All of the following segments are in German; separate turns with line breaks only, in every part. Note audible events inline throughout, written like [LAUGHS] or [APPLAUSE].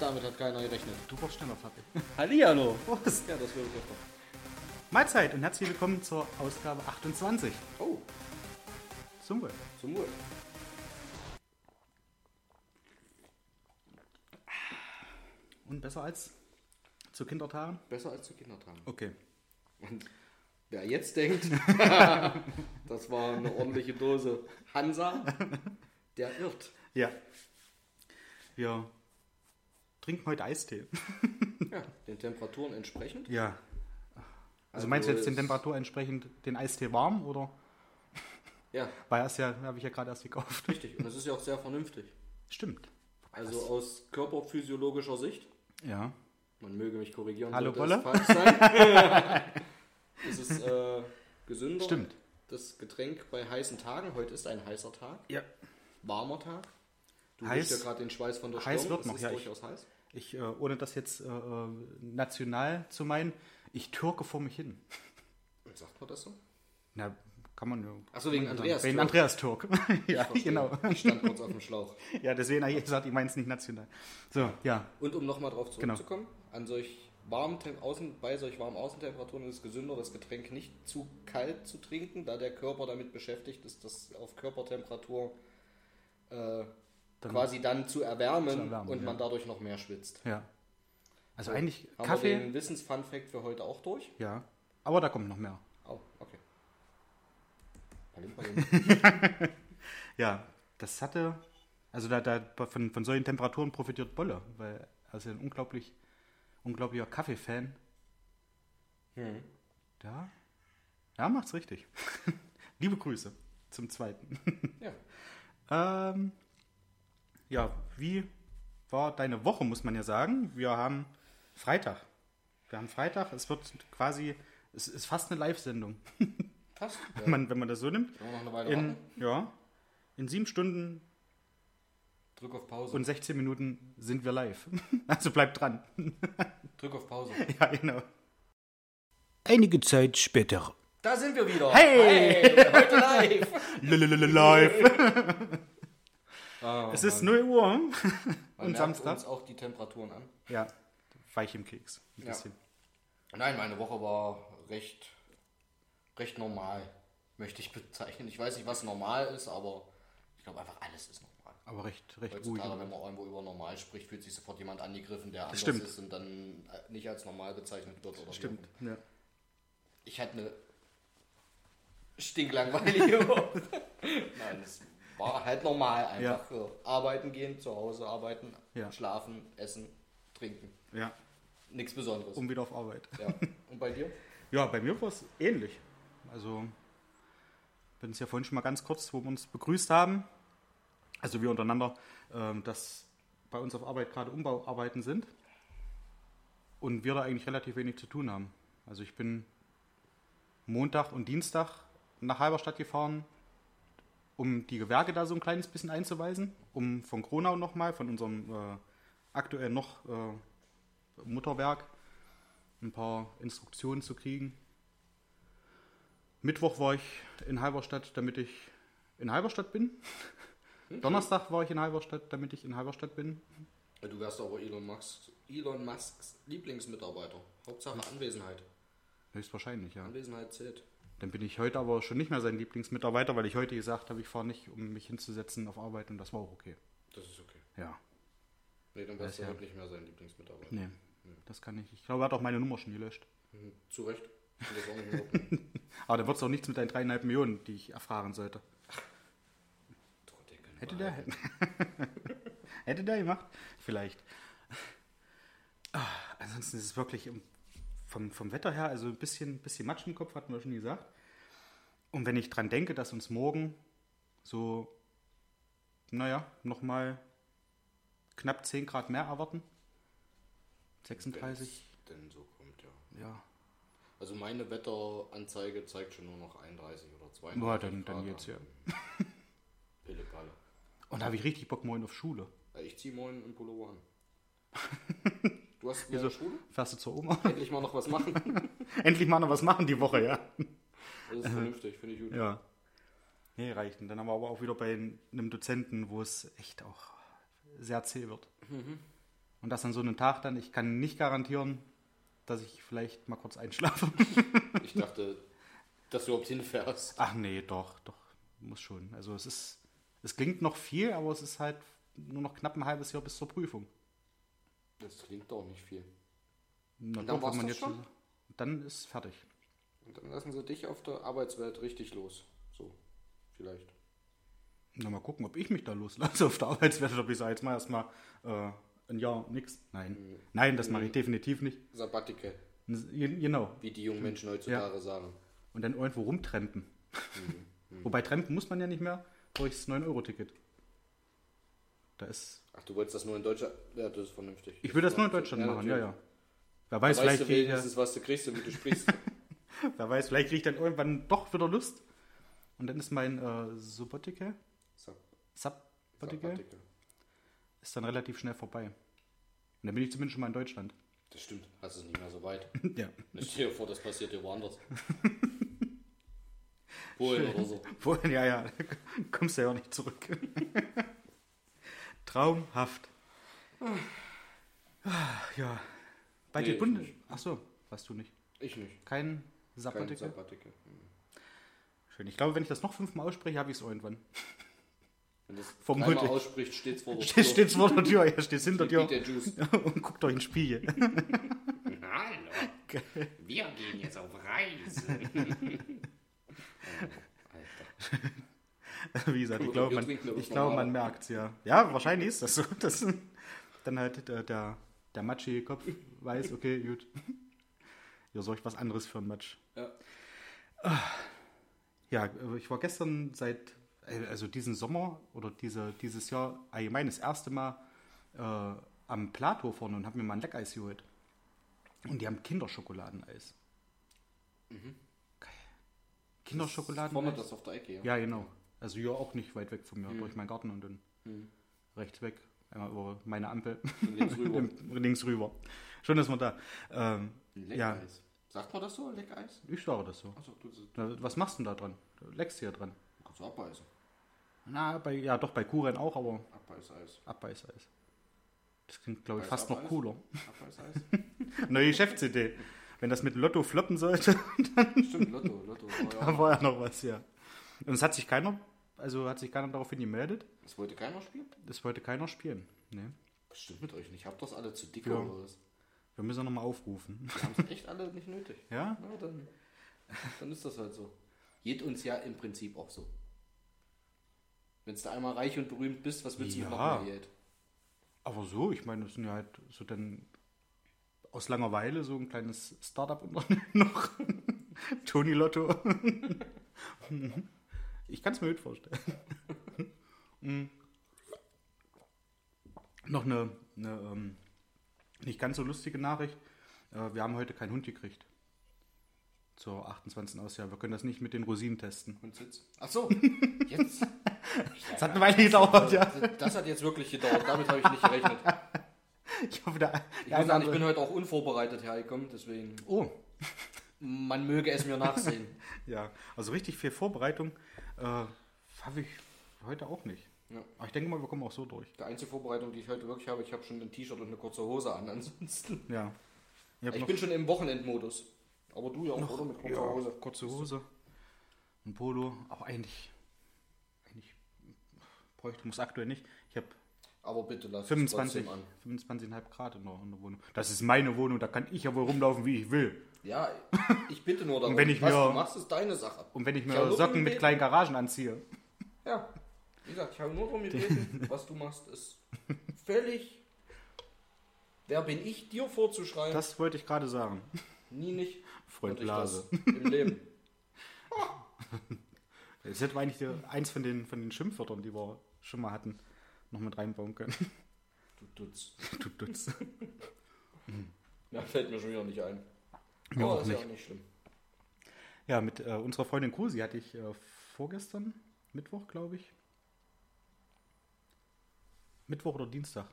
hat keiner gerechnet.
Du brauchst schneller, Patrick.
Hallihallo.
Prost.
Ja, das wäre doch.
Mahlzeit und herzlich willkommen zur Ausgabe 28.
Oh,
Zum Wohl.
zum Wohl.
Und besser als zu Kindertagen?
Besser als zu Kindertagen.
Okay.
Und wer jetzt denkt, [LAUGHS] das war eine ordentliche Dose Hansa, der irrt.
Ja. Wir trinken heute Eistee.
Ja, den Temperaturen entsprechend.
Ja. Also meinst du jetzt den
ist-
Temperatur entsprechend den Eistee warm oder?
Ja,
War erst ja, habe ich ja gerade erst gekauft.
richtig. Und das ist ja auch sehr vernünftig.
Stimmt.
Also aus körperphysiologischer Sicht,
Ja.
man möge mich korrigieren,
Hallo,
sollte es
Bolle.
falsch sein, [LAUGHS] ist es äh, gesünder.
Stimmt.
Das Getränk bei heißen Tagen, heute ist ein heißer Tag,
Ja.
warmer Tag. Du
Heiß-
riechst ja gerade den Schweiß von der Stirn.
heiß wird
es
noch,
ist
ja, ich-
durchaus heiß.
Ich, äh, ohne das jetzt äh, äh, national zu meinen, ich türke vor mich hin.
Sagt man das so?
Na, kann man ja.
Achso, wegen Andreas.
Wegen
Türk.
Andreas Türk. ja,
Verstehe.
genau.
Ich stand kurz auf dem Schlauch.
Ja, deswegen habe ich gesagt, ich meine es nicht national. So, ja.
Und um nochmal drauf
Genau.
zurückzukommen, an solch warmen Tem- Außen, bei solch warmen Außentemperaturen ist es gesünder, das Getränk nicht zu kalt zu trinken, da der Körper damit beschäftigt ist, das auf Körpertemperatur äh, quasi dann zu erwärmen,
Zu erwärmen,
und
ja.
man dadurch noch mehr schwitzt.
Ja. Also eigentlich
Haben wir
Kaffee.
den Wissens-Fun-Fact für heute auch durch?
Ja. Aber da kommt noch mehr.
Oh, okay. Palim,
[LAUGHS]
palim.
Ja, das hatte. Also da, da von, von solchen Temperaturen profitiert Bolle, weil er ist ja ein unglaublich, unglaublicher Kaffee-Fan.
Hm.
Da? Ja, macht's richtig. [LAUGHS] Liebe Grüße zum zweiten.
Ja.
Ähm, ja, wie war deine Woche, muss man ja sagen. Wir haben Freitag. Wir haben Freitag. Es wird quasi, es ist fast eine Live-Sendung, [LAUGHS]
Passt. Ja.
wenn man, wenn man das so nimmt.
Wollen wir noch eine Weile
In,
warten?
ja, in sieben Stunden
Drück auf Pause.
und 16 Minuten sind wir live. [LAUGHS] Also bleibt dran. [LAUGHS]
Drück auf Pause.
Ja, genau.
Einige Zeit später.
Da sind wir wieder.
Hey!
hey heute
[LAUGHS]
live.
Lalalala, Live.
Ah,
Es ist
Mann.
0 Uhr. [LAUGHS]
Man
und
merkt
Samstag.
uns auch die Temperaturen an.
Ja, weich im Keks. Ein
Ja.
bisschen.
Nein, meine Woche war recht, recht normal, möchte ich bezeichnen. Ich weiß nicht, was normal ist, aber ich glaube einfach alles ist normal.
Aber recht, recht ruhig.
Heutzutage, wenn man irgendwo über normal spricht, fühlt sich sofort jemand angegriffen, der anders
stimmt.
ist und dann äh, nicht als normal bezeichnet wird. Oder wie auch
Stimmt.
immer.
Ja.
Ich hatte eine
[LAUGHS]
stinklangweilige Woche. Nein, es war halt normal einfach. Arbeiten gehen, zu Hause arbeiten,
Ja.
schlafen, essen, trinken.
ja.
Nichts Besonderes.
Um wieder auf Arbeit.
Ja. Und bei dir?
Ja, bei mir war es ähnlich. Also, wir hatten es ja vorhin schon mal ganz kurz, wo wir uns begrüßt haben, also wir untereinander, ähm, dass bei uns auf Arbeit gerade Umbauarbeiten sind und wir da eigentlich relativ wenig zu tun haben. Also ich bin Montag und Dienstag nach Halberstadt gefahren, um die Gewerke da so ein kleines bisschen einzuweisen, um von Kronau nochmal, von unserem äh, aktuell noch äh, Mutterwerk, ein paar Instruktionen zu kriegen. Mittwoch war ich in Halberstadt, damit ich in Halberstadt bin. Donnerstag war ich in Halberstadt, damit ich in Halberstadt bin.
Ja, Du wärst aber Elon Musks, Elon Musks Lieblingsmitarbeiter. Hauptsache Anwesenheit.
Höchstwahrscheinlich, ja.
Anwesenheit zählt.
Dann bin ich heute aber schon nicht mehr sein Lieblingsmitarbeiter, weil ich heute gesagt habe, ich fahre nicht, um mich hinzusetzen auf Arbeit und das war auch okay.
Das ist okay.
Ja.
Nee, dann wärst
Ja.
du heute nicht mehr sein Lieblingsmitarbeiter.
Nee, das kann ich. Ich glaube, er hat auch meine Nummer schon gelöscht.
Mhm. Zu
[LAUGHS]
Recht. Ich finde das auch nicht in Ordnung.
Aber dann wird es auch nichts mit deinen dreieinhalb Millionen, die ich erfahren sollte.
Doch, der kann
Hätte
mal.
der. [LAUGHS] hätte der gemacht? Vielleicht. Ah, ansonsten ist es wirklich um- vom, vom Wetter her, also ein bisschen, bisschen Matsch im Kopf, hatten wir schon gesagt. Und wenn ich dran denke, dass uns morgen so, naja, nochmal knapp 10 Grad mehr erwarten. 36,
Wenn's Denn so kommt, ja.
ja.
Also meine Wetteranzeige zeigt schon nur noch 31 oder 32.
Boah, dann, dann
Grad
jetzt ja.
an. [LAUGHS] Illegal.
Und da habe ich richtig Bock morgen auf Schule.
Ja, Ich zieh morgen einen Pullover
[LAUGHS]
an. Du hast eine
Wieso?
Schule?
Fährst du zur [LAUGHS] Oma?
Endlich mal noch was machen.
Endlich mal noch was machen die Woche, ja.
Das ist vernünftig, finde ich gut.
Ja. Nee, reicht. Und dann haben wir
Mhm.
aber auch wieder bei einem Dozenten, wo es echt auch sehr zäh wird. Und das an so einem Tag dann, ich kann nicht garantieren, dass ich vielleicht mal kurz einschlafe. [LAUGHS]
Ich dachte, dass du überhaupt hinfährst.
Ach nee, doch, doch, muss schon. Also es ist, es klingt noch viel, aber es ist halt nur noch knapp ein halbes Jahr bis zur Prüfung.
Das klingt doch nicht viel.
Na
Und dann war's
wenn
das schon?
Dann ist fertig.
Und dann lassen sie dich auf der Arbeitswelt richtig los. So, vielleicht.
Na, mal gucken, ob ich mich da loslasse [LAUGHS] auf der Arbeitswelt oder ob ich sage, jetzt mal erstmal äh, ein Jahr nix.
Mhm.
Nein. Nein, das mache ich definitiv nicht.
Sabbatical,
Gen- Genau.
wie die jungen Menschen heutzutage sagen.
Und dann irgendwo rumtrempen. Wobei trempen muss man ja nicht mehr durchs 9-Euro-Ticket. Da ist.
Ach, du wolltest das nur in Deutschland? Ja, das ist vernünftig.
Ich will das nur in Deutschland machen, ja, ja. Wer weiß,
Weißt
vielleicht
du
kriege ich,
wenigstens, was du kriegst und wie du sprichst.
ja- wer weiß, vielleicht krieg ich dann irgendwann doch wieder Lust. Und dann ist mein äh, Subotical,
Sab-
Sabbatical,
Sabbatical.
ist dann relativ schnell vorbei. Und dann bin ich zumindest schon mal in Deutschland.
Das stimmt, hast es nicht mehr so weit. [LAUGHS]
[LAUGHS] ja.
Ich stell dir vor, das passiert dir
[LAUGHS]
woanders. Polen oder so.
Wohin, ja, ja, [LAUGHS] kommst ja auch nicht zurück. Traumhaft. Ah, Ja. Bei
Nee,
dir
ich
Bundes.
nicht.
Ach so, weißt du nicht.
Ich nicht. Kein
Kein Sabbatical.
Sabbatical. Hm.
Schön. Ich glaube, wenn ich das noch fünfmal ausspreche, habe ich es irgendwann.
Wenn das
Vermutlich.
dreimal ausspricht, steht's vor der
Ste steht's vor der Tür, ja, steht's hinter
Repeat
dir
der
[LAUGHS]
Juice.
und guckt euch in den Spiegel.
Hallo. Wir gehen jetzt auf Reise.
[LAUGHS]
Oh, Alter.
[LAUGHS] Wie gesagt, ich
Guck,
glaube,
wir
man,
trinken aber
ich
von
glaube,
Radler.
man merkt's ja. Ja, wahrscheinlich ist das so. [LAUGHS] Das, dann halt der, der, der matschige Kopf weiß, okay, gut. Ihr sorgt was anderes für einen Matsch.
Ja.
Ja, äh, ich war gestern seit, äh, also diesen Sommer oder diese, dieses Jahr allgemein das erste Mal äh, am Plato vorne und habe mir mal ein Leckeis geholt. Und die haben Kinderschokoladeneis. Geil.
Vorne
Kinderschokoladeneis?
Mhm. das auf der Ecke, ja. Mhm.
ja, genau. Also ja, auch nicht weit weg von mir, durch meinen Garten und dann rechts weg, einmal über meine Ampel,
Und Mhm.
[LAUGHS]
links rüber.
links rüber. Schön, dass man da. Ähm, ja,
Leckeis. Sagt man das so? Leckeis?
ich sage das so.
Achso, du du-
Na, Was machst du denn da dran? Du leckst du ja dran.
kannst du abbeißen.
Na, bei, ja, doch, bei Kuren auch, aber
Abbeißeis.
Abbeißeis. Das klingt, glaube ich,
Weiß
fast noch
Abbeiß?
cooler. [LAUGHS]
Abbeißeis?
Neue Geschäftsidee. Wenn das mit Lotto floppen sollte,
Stimmt, Lotto, Lotto. Oh, ja.
da [LAUGHS] war ja noch was, ja. Und es hat sich keiner, also hat sich keiner daraufhin gemeldet.
Das wollte keiner spielen?
Das wollte keiner spielen. Nee.
Was stimmt mit euch nicht? Habt das alle zu dick
Ja.
oder was?
Wir müssen nochmal aufrufen. [LAUGHS]
Wir haben es echt alle nicht nötig.
Ja?
Na, dann, dann ist das halt so. Geht uns ja im Prinzip auch so. Wenn du einmal reich und berühmt bist, was willst du
Ja.
mit nochmal Geld?
Aber so, ich meine, das sind ja halt so dann aus Langeweile so ein kleines Startup-Unternehmen noch. [LAUGHS] Toni Lotto. ich kann es mir gut vorstellen. Mm. noch eine, eine ähm, nicht ganz so lustige Nachricht. Äh, wir haben heute keinen Hund gekriegt. Zur 28. Ausjahr. Wir können das nicht mit den Rosinen testen.
Und Sitz. Ach so, jetzt. Also,
Das hat eine Weile gedauert, [LAUGHS] ja.
Das hat jetzt wirklich gedauert. Damit habe ich nicht
[LAUGHS]
gerechnet.
Ich hoffe, der,
Ich muss
der
sagen,
eine
ich
andere.
bin heute auch unvorbereitet hergekommen, deswegen.
Oh,
Man möge es mir
[LAUGHS]
nachsehen.
Ja, also richtig viel Vorbereitung äh, habe ich heute auch nicht.
Ja.
Aber ich denke mal, wir kommen auch so durch.
Die einzige Vorbereitung, die ich heute wirklich habe, ich habe schon ein T-Shirt und eine kurze Hose an. Ansonsten.
Ja. Ich habe
Ich
noch
bin schon im Wochenendmodus. Aber du ja auch, oder? Mit kurzer
ja,
Hose.
kurze Hose, ein Polo, aber eigentlich, eigentlich bräuchte muss aktuell nicht. Ich habe
Aber bitte lass es
25,
trotzdem an.
25,5 Grad in der, in der Wohnung. Das ist meine Wohnung, da kann ich ja wohl rumlaufen, wie ich will.
Ja, ich bitte
[LAUGHS]
nur darum.
wenn ich
was
mir-
du machst, ist deine Sache.
Und wenn ich
Ja,
mir
so
Socken mit
geht-
kleinen Garagen anziehe,
Ja, wie gesagt, ich habe nur darum
[LAUGHS]
gebeten, was du machst, ist völlig. Wer bin ich, dir vorzuschreiben?
das wollte ich gerade sagen.
Nie nicht.
Freund
Und ich das
Blase.
Im
[LAUGHS]
Leben.
Das hätten wir eigentlich die- eins von den, von den Schimpfwörtern, die wir schon mal hatten, noch mit reinbauen können. [LAUGHS]
Du Dutz.
Du Dutz.
Ja, fällt mir schon wieder nicht ein.
Mir
Aber
auch
ist ja
nicht.
auch nicht schlimm.
Ja, mit äh, unserer Freundin Cosi hatte ich äh, vorgestern, Mittwoch, glaube ich. Mittwoch oder Dienstag.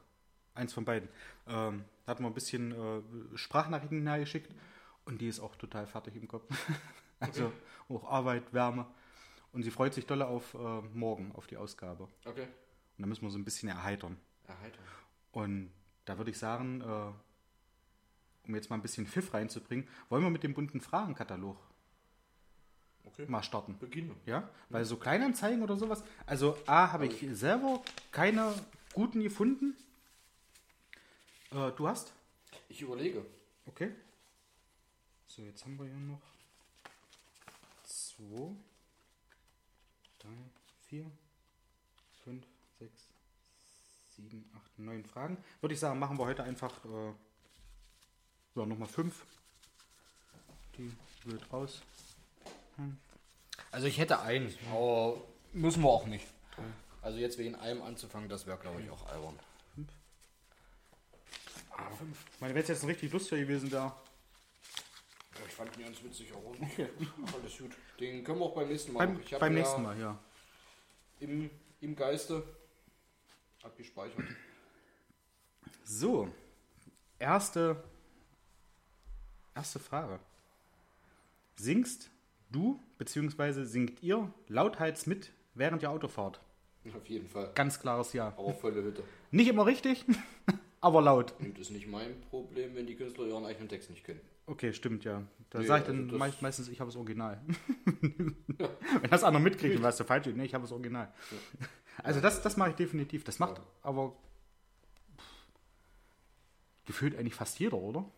Eins von beiden. Ähm, da hatten wir ein bisschen äh, Sprachnachrichten hergeschickt und die ist auch total fertig im Kopf. [LAUGHS] also auch Arbeit, Wärme. Und sie freut sich dolle auf äh, morgen, auf die Ausgabe. Und
Okay.
da müssen wir so ein bisschen erheitern.
Erheiterung.
Und Da würde ich sagen, äh, um jetzt mal ein bisschen Pfiff reinzubringen, wollen wir mit dem bunten Fragenkatalog
Okay.
mal starten.
Beginnen.
Ja, weil so Kleinanzeigen oder sowas. Also A, habe ich selber keine guten gefunden. Äh, du hast?
Ich überlege.
Okay. So, jetzt haben wir hier noch zwei, drei, vier, fünf, sechs, sieben, acht, neun Fragen. Würde ich sagen, machen wir heute einfach äh, ja, nochmal fünf. Die wird raus.
Also ich hätte einen, aber müssen wir auch nicht. Also jetzt wegen einem anzufangen, das wäre glaube ich auch albern.
Ich meine, wenn es jetzt ein richtig lustiger gewesen wäre,
Ich fand ihn ganz witzig, aber alles gut. Den können wir auch beim nächsten Mal.
beim,
machen. Oh, ich hab
beim
ihn
nächsten
ja
Mal, ja.
Im, Im Geiste abgespeichert.
So, erste, erste Frage. Singst du bzw. singt ihr lauthals mit während der Autofahrt?
Auf jeden Fall.
Ganz klares Ja.
Aber volle Hütte.
Nicht immer richtig, [LAUGHS] aber laut.
Und das ist nicht mein Problem, wenn die Künstler ihren eigenen Text nicht kennen.
Okay, stimmt ja. Da
Nee,
sage ich dann
also das-
mei- meistens, ich habe das Original. [LAUGHS] Wenn das andere mitkriegt, dann weißt du falsch, nee, ich habe das Original. Also das, das mache ich definitiv. Das macht aber pff, gefühlt eigentlich fast jeder, oder?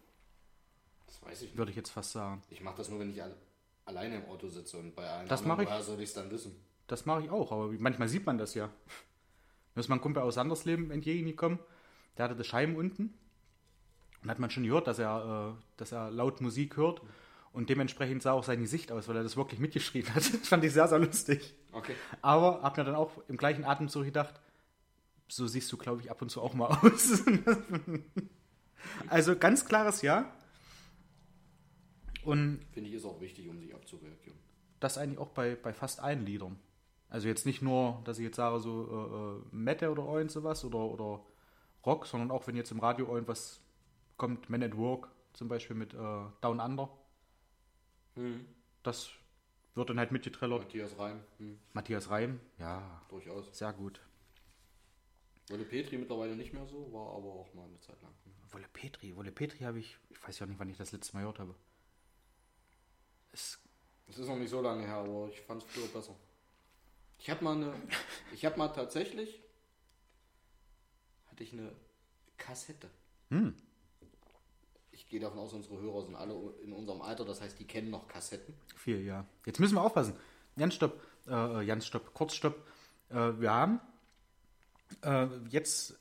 Das weiß ich nicht.
Würde ich jetzt fast sagen.
Ich mache das nur, wenn ich alle, alleine im Auto sitze und bei allen
Das
anderen,
mach ich.
woher soll ich es dann wissen?
Das mache ich auch, aber manchmal sieht man das ja. Mir ist mein Kumpel aus Sandersleben entgegengekommen, der hatte die Scheiben unten und hat man schon gehört, dass er, äh, dass er laut Musik hört und dementsprechend sah auch sein Gesicht aus, weil er das wirklich mitgeschrieben hat. [LAUGHS] Das fand ich sehr, sehr lustig.
Okay.
Aber hab mir dann auch im gleichen Atemzug gedacht, so siehst du, glaube ich, ab und zu auch mal aus. [LAUGHS] also ganz klares Ja. Und
Finde ich ist auch wichtig, um sich abzureagieren.
das eigentlich auch bei, bei fast allen Liedern. Also jetzt nicht nur, dass ich jetzt sage, so äh, äh, Mette oder irgend sowas oder, oder Rock, sondern auch wenn jetzt im Radio irgendwas kommt, Men at Work zum Beispiel mit äh, Down Under. Hm. Das wird dann halt mitgetrellert.
Matthias Reim, hm,
Matthias Reim, ja,
durchaus.
sehr gut.
Wolle Petri mittlerweile nicht mehr so, war aber auch mal eine Zeit lang.
Wolle Petri, Wolle Petri habe ich, ich weiß ja nicht, wann ich das letzte Mal gehört habe. Es,
Es ist noch nicht so lange her, aber ich fand es früher besser. Ich habe mal eine, ich habe mal tatsächlich, hatte ich eine Kassette. Ich gehe davon aus, unsere Hörer sind alle in unserem Alter, das heißt, die kennen noch Kassetten.
Vier, ja. Jetzt müssen wir aufpassen. Jans, stopp. Äh, Jans, stopp. Kurz, stopp. Äh, wir haben äh, jetzt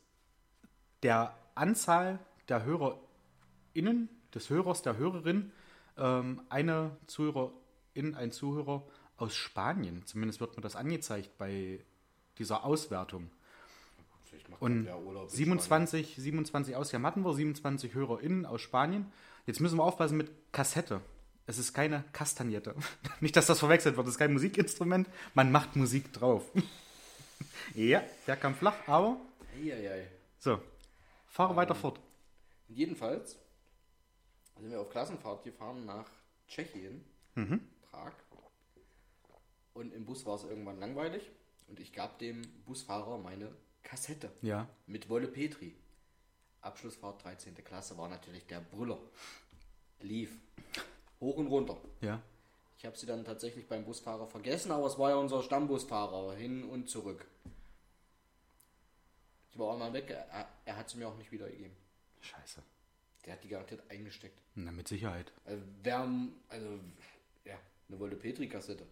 der Anzahl der HörerInnen, des Hörers, der Hörerin, ähm, eine Zuhörerin, ein Zuhörer aus Spanien. Zumindest wird mir das angezeigt bei dieser Auswertung.
Vielleicht macht
Und
der Urlaub in
27, 27 Ausgaben hatten wir, 27 HörerInnen aus Spanien. Jetzt müssen wir aufpassen mit Kassette. Es ist keine Kastagnette. [LAUGHS] Nicht, dass das verwechselt wird, es ist kein Musikinstrument. Man macht Musik drauf. [LAUGHS] ja, der kam flach, aber
Spanien. Eieiei.
so. Fahre weiter fort.
Und jedenfalls sind wir auf Klassenfahrt gefahren nach Tschechien, Prag. Und im Bus war es irgendwann langweilig. Und ich gab dem Busfahrer meine Kassette.
Ja.
Mit Wolle Petri. Abschlussfahrt 13. Klasse war natürlich der Brüller. Lief. Hoch und runter.
Ja.
Ich habe sie dann tatsächlich beim Busfahrer vergessen, aber es war ja unser Stammbusfahrer hin und zurück. Die war einmal weg, er, er hat sie mir auch nicht wiedergegeben.
Scheiße.
Der hat die garantiert eingesteckt.
Na, mit Sicherheit.
Also, wer, also, ja, eine Wolle Petri-Kassette.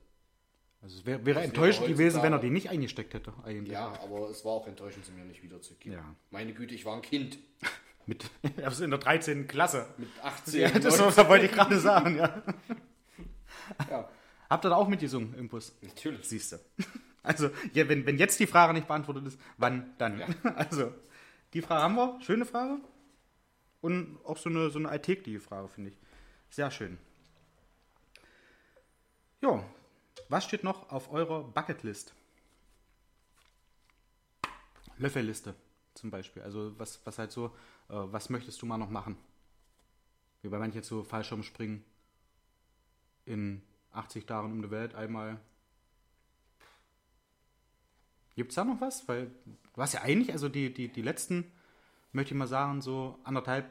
Also es wär, wäre
Das
enttäuschend
wäre
gewesen, wenn er
heutzutage-
die nicht eingesteckt hätte, eigentlich.
Ja, aber es war auch enttäuschend, sie mir nicht wiederzugeben.
Ja.
Meine Güte, ich war ein Kind.
[LAUGHS] Mit, er ist in der 13. Klasse.
Mit 18.
[LAUGHS] Ja, das
19.
was wollte ich gerade sagen, ja.
Ja.
Habt ihr da auch mitgesungen im Bus?
Natürlich.
Siehst du. Also, ja, wenn, wenn jetzt die Frage nicht beantwortet ist, wann dann? [LAUGHS] Also, die Frage haben wir. Schöne Frage. Und auch so eine, so eine alltägliche Frage, finde ich. Sehr schön. Ja, was steht noch auf eurer Bucketlist? Löffelliste zum Beispiel. Also, was, was halt so, äh, was möchtest du mal noch machen? Wie bei manchen jetzt so Fallschirmspringen in 80 Tagen um die Welt einmal Gibt es da noch was? Weil du hast ja eigentlich, also die, die, die letzten möchte ich mal sagen, so anderthalb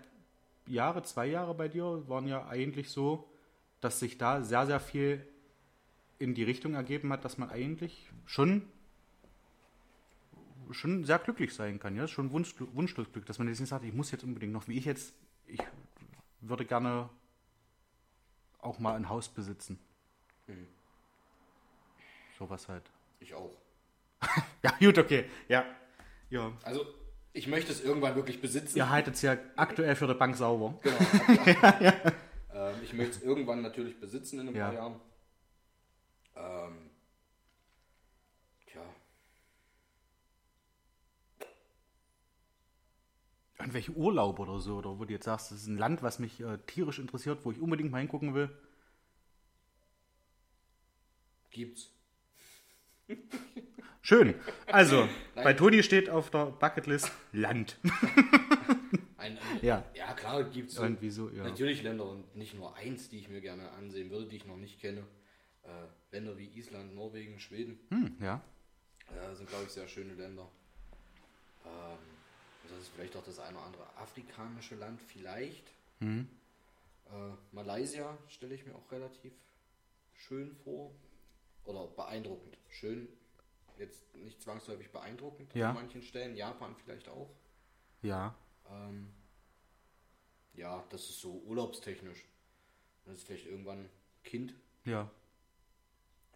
Jahre, zwei Jahre bei dir waren ja eigentlich so, dass sich da sehr, sehr viel in die Richtung ergeben hat, dass man eigentlich schon, schon sehr glücklich sein kann. Ja? Das ist schon Wunsch, wunschlos Glück, dass man jetzt nicht sagt, ich muss jetzt unbedingt noch, wie ich jetzt, ich würde gerne auch mal ein Haus besitzen. Sowas halt.
Ich auch.
Ja, gut, okay. Ja. Ja.
Also, ich möchte es irgendwann wirklich besitzen.
Ihr haltet es ja aktuell für die Bank sauber.
Genau. Ähm, ich möchte es irgendwann natürlich besitzen in ein
Ja.
paar Jahren. Ähm, tja,
Irgendwelche Urlaub oder so, oder wo du jetzt sagst, das ist ein Land, was mich äh, tierisch interessiert, wo ich unbedingt mal hingucken will.
gibt's.
Schön. Also,
[LAUGHS]
bei
Nein.
Toni steht auf der Bucketlist Land.
Ein, ein,
[LAUGHS] Ja.
ja, klar, gibt's. so.
Irgendwie so, ja.
Natürlich Länder und nicht nur eins, die ich mir gerne ansehen würde, die ich noch nicht kenne. Äh, Länder wie Island, Norwegen, Schweden
Hm, ja.
äh, sind, glaube ich, sehr schöne Länder. Ähm, das ist vielleicht auch das eine oder andere afrikanische Land, vielleicht. Äh, Malaysia stelle ich mir auch relativ schön vor. Oder beeindruckend. Schön, jetzt nicht zwangsläufig beeindruckend
Ja.
an manchen Stellen. Japan vielleicht auch.
Ja.
Ähm, ja, das ist so urlaubstechnisch. Dann ist vielleicht irgendwann Kind.
Ja.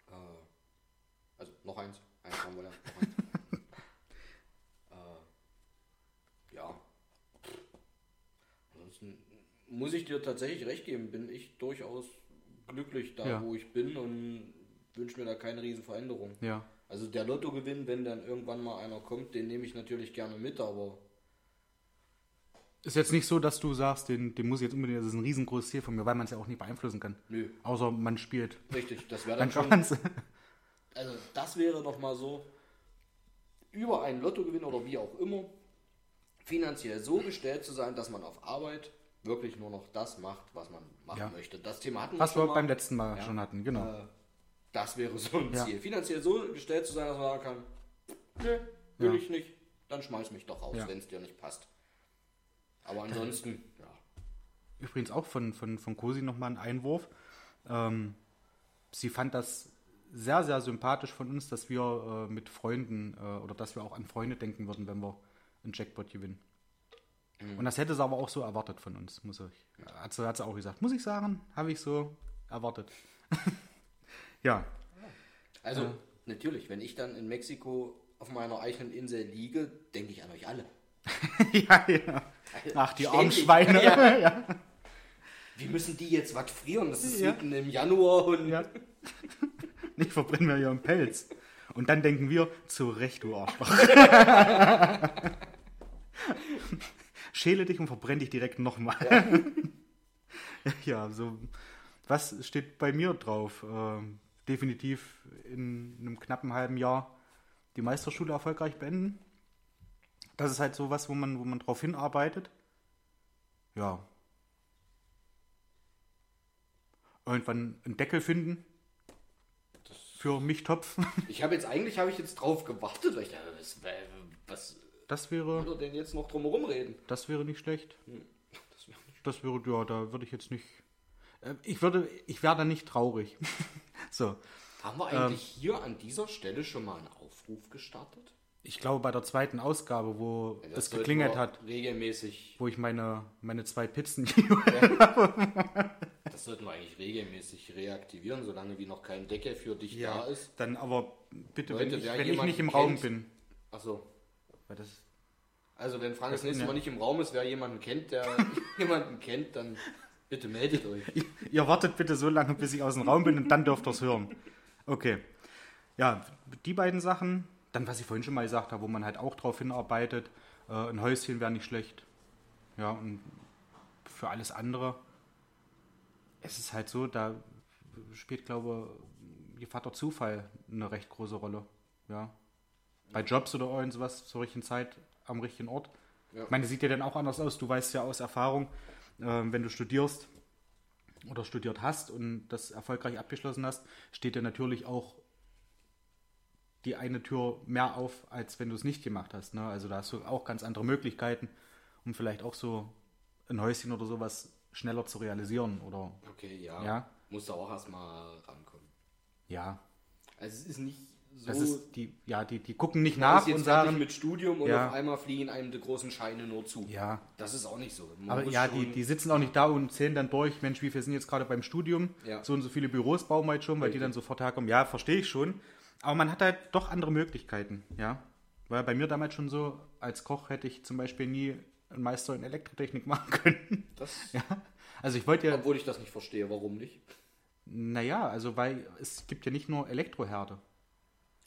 Äh, also noch eins. Eins haben wir ja. Noch
[LAUGHS]
eins. äh, ja. Ansonsten muss ich dir tatsächlich recht geben, bin ich durchaus glücklich da,
Ja.
wo ich bin und wünsche mir da keine riesen Veränderung.
Ja.
Also der Lottogewinn, wenn dann irgendwann mal einer kommt, den nehme ich natürlich gerne mit, aber
Ist jetzt nicht so, dass du sagst, den, den muss ich jetzt unbedingt, das ist ein riesengroßes Ziel von mir, weil man es ja auch nicht beeinflussen kann.
nö,
Außer man spielt.
richtig, das wäre dann
Dann
schon
kann man's.
also das wäre noch mal so über einen Lottogewinn oder wie auch immer finanziell so gestellt zu sein, dass man auf Arbeit wirklich nur noch das macht, was man machen
Ja.
möchte. Das Thema hatten
Was
schon
wir
mal.
beim letzten Mal
Ja.
schon hatten, genau.
Äh, das wäre so ein
Ja.
Ziel. Finanziell so gestellt zu sein, dass man sagen kann, nö, will
Ja.
ich nicht, dann schmeiß mich doch raus,
Ja.
wenn es dir nicht passt. Aber ansonsten, ja.
Übrigens auch von, von, von Cosi nochmal ein Einwurf. Ähm, sie fand das sehr, sehr sympathisch von uns, dass wir äh, mit Freunden äh, oder dass wir auch an Freunde denken würden, wenn wir einen Jackpot gewinnen.
Mhm.
Und das hätte sie aber auch so erwartet von uns, muss ich. Hat sie, hat sie auch gesagt. Muss ich sagen, habe ich so erwartet. [LAUGHS] ja, [LAUGHS]
Also, natürlich, wenn ich dann in Mexiko auf meiner eigenen Insel liege, denke ich an euch alle.
ja, ja. Ach, die armen
Ständig.
Schweine. [LAUGHS]
Ja. Wie müssen die jetzt was frieren? Das ist
Ja.
mitten im Januar und
Ja. Nicht verbrennen wir ihren Pelz. Und dann denken wir, zu Recht, du Arschloch. [LAUGHS] Schäle dich und verbrenn dich direkt nochmal. [LAUGHS] Ja. so. Was steht bei mir drauf? Ähm, definitiv in einem knappen halben Jahr die Meisterschule erfolgreich beenden. Das ist halt so was, wo man, wo man drauf hinarbeitet. Ja. Irgendwann einen Deckel finden. Für mich Topf.
ich habe jetzt eigentlich habe ich jetzt drauf gewartet, weil ich dachte, was, äh, was
Das wäre.
soll er denn jetzt noch drumherum reden?
Das wäre nicht schlecht. Das wäre, ja, da würde ich jetzt nicht. Äh, Ich würde, ich wäre da nicht traurig. [LAUGHS] so.
Haben
Ähm.
wir eigentlich hier an dieser Stelle schon mal einen Aufruf gestartet?
Ich glaube, bei der zweiten Ausgabe, wo
Ja,
es
sollten
geklingelt
wir
hat,
Regelmäßig,
wo ich meine, meine zwei Pizzen.
das sollten wir eigentlich regelmäßig reaktivieren, solange wie noch kein Deckel für dich
[LAUGHS]
da ist.
Dann aber bitte,
Leute,
wenn ich,
wer
wenn ich
jemanden
nicht im Raum
kennt-
bin.
Achso.
Weil das,
Also wenn Frank das nächste
Ja.
Mal nicht im Raum ist, wer jemanden kennt, der [LAUGHS] jemanden kennt, dann bitte meldet euch.
ihr wartet bitte so lange, bis ich aus dem Raum bin und dann dürft ihr es hören. Okay. Ja, die beiden Sachen. Dann, was ich vorhin schon mal gesagt habe, wo man halt auch drauf hinarbeitet. Äh, ein Häuschen wäre nicht schlecht. Ja, und für alles andere. Es ist halt so, da spielt, glaube ich, Vater Zufall eine recht große Rolle. Ja. Bei Jobs oder irgend sowas zur richtigen Zeit am richtigen Ort.
Ja.
Ich meine, sieht ja dann auch anders aus. Du weißt ja aus Erfahrung, ähm, wenn du studierst, oder studiert hast und das erfolgreich abgeschlossen hast, steht dir natürlich auch die eine Tür mehr auf, als wenn du es nicht gemacht hast. Ne? Also da hast du auch ganz andere Möglichkeiten um vielleicht auch so ein Häuschen oder sowas schneller zu realisieren oder
Okay, ja.
Ja.
Musst du auch erstmal rankommen.
ja,
Also es ist nicht so.
das ist die, ja, die, die gucken nicht
man
nach
Oh. jetzt
und
fertig
sagen,
mit Studium und
Ja.
auf einmal fliegen einem die großen Scheine nur zu.
ja,
Das ist auch nicht so. Man
aber
muss
ja, die,
schon-
die sitzen auch nicht da und zählen dann durch, Mensch, wie viele sind jetzt gerade beim Studium,
Ja.
so und so viele Büros bauen wir jetzt schon, weil die dann sofort herkommen, ja, verstehe ich schon, aber man hat halt doch andere Möglichkeiten, ja, weil bei mir damals schon so, als Koch hätte ich zum Beispiel nie einen Meister in Elektrotechnik [LAUGHS] machen können,
Das,
ja, also ich wollte ja,
Obwohl ich das nicht verstehe, warum nicht.
naja, also weil es gibt ja nicht nur Elektroherde,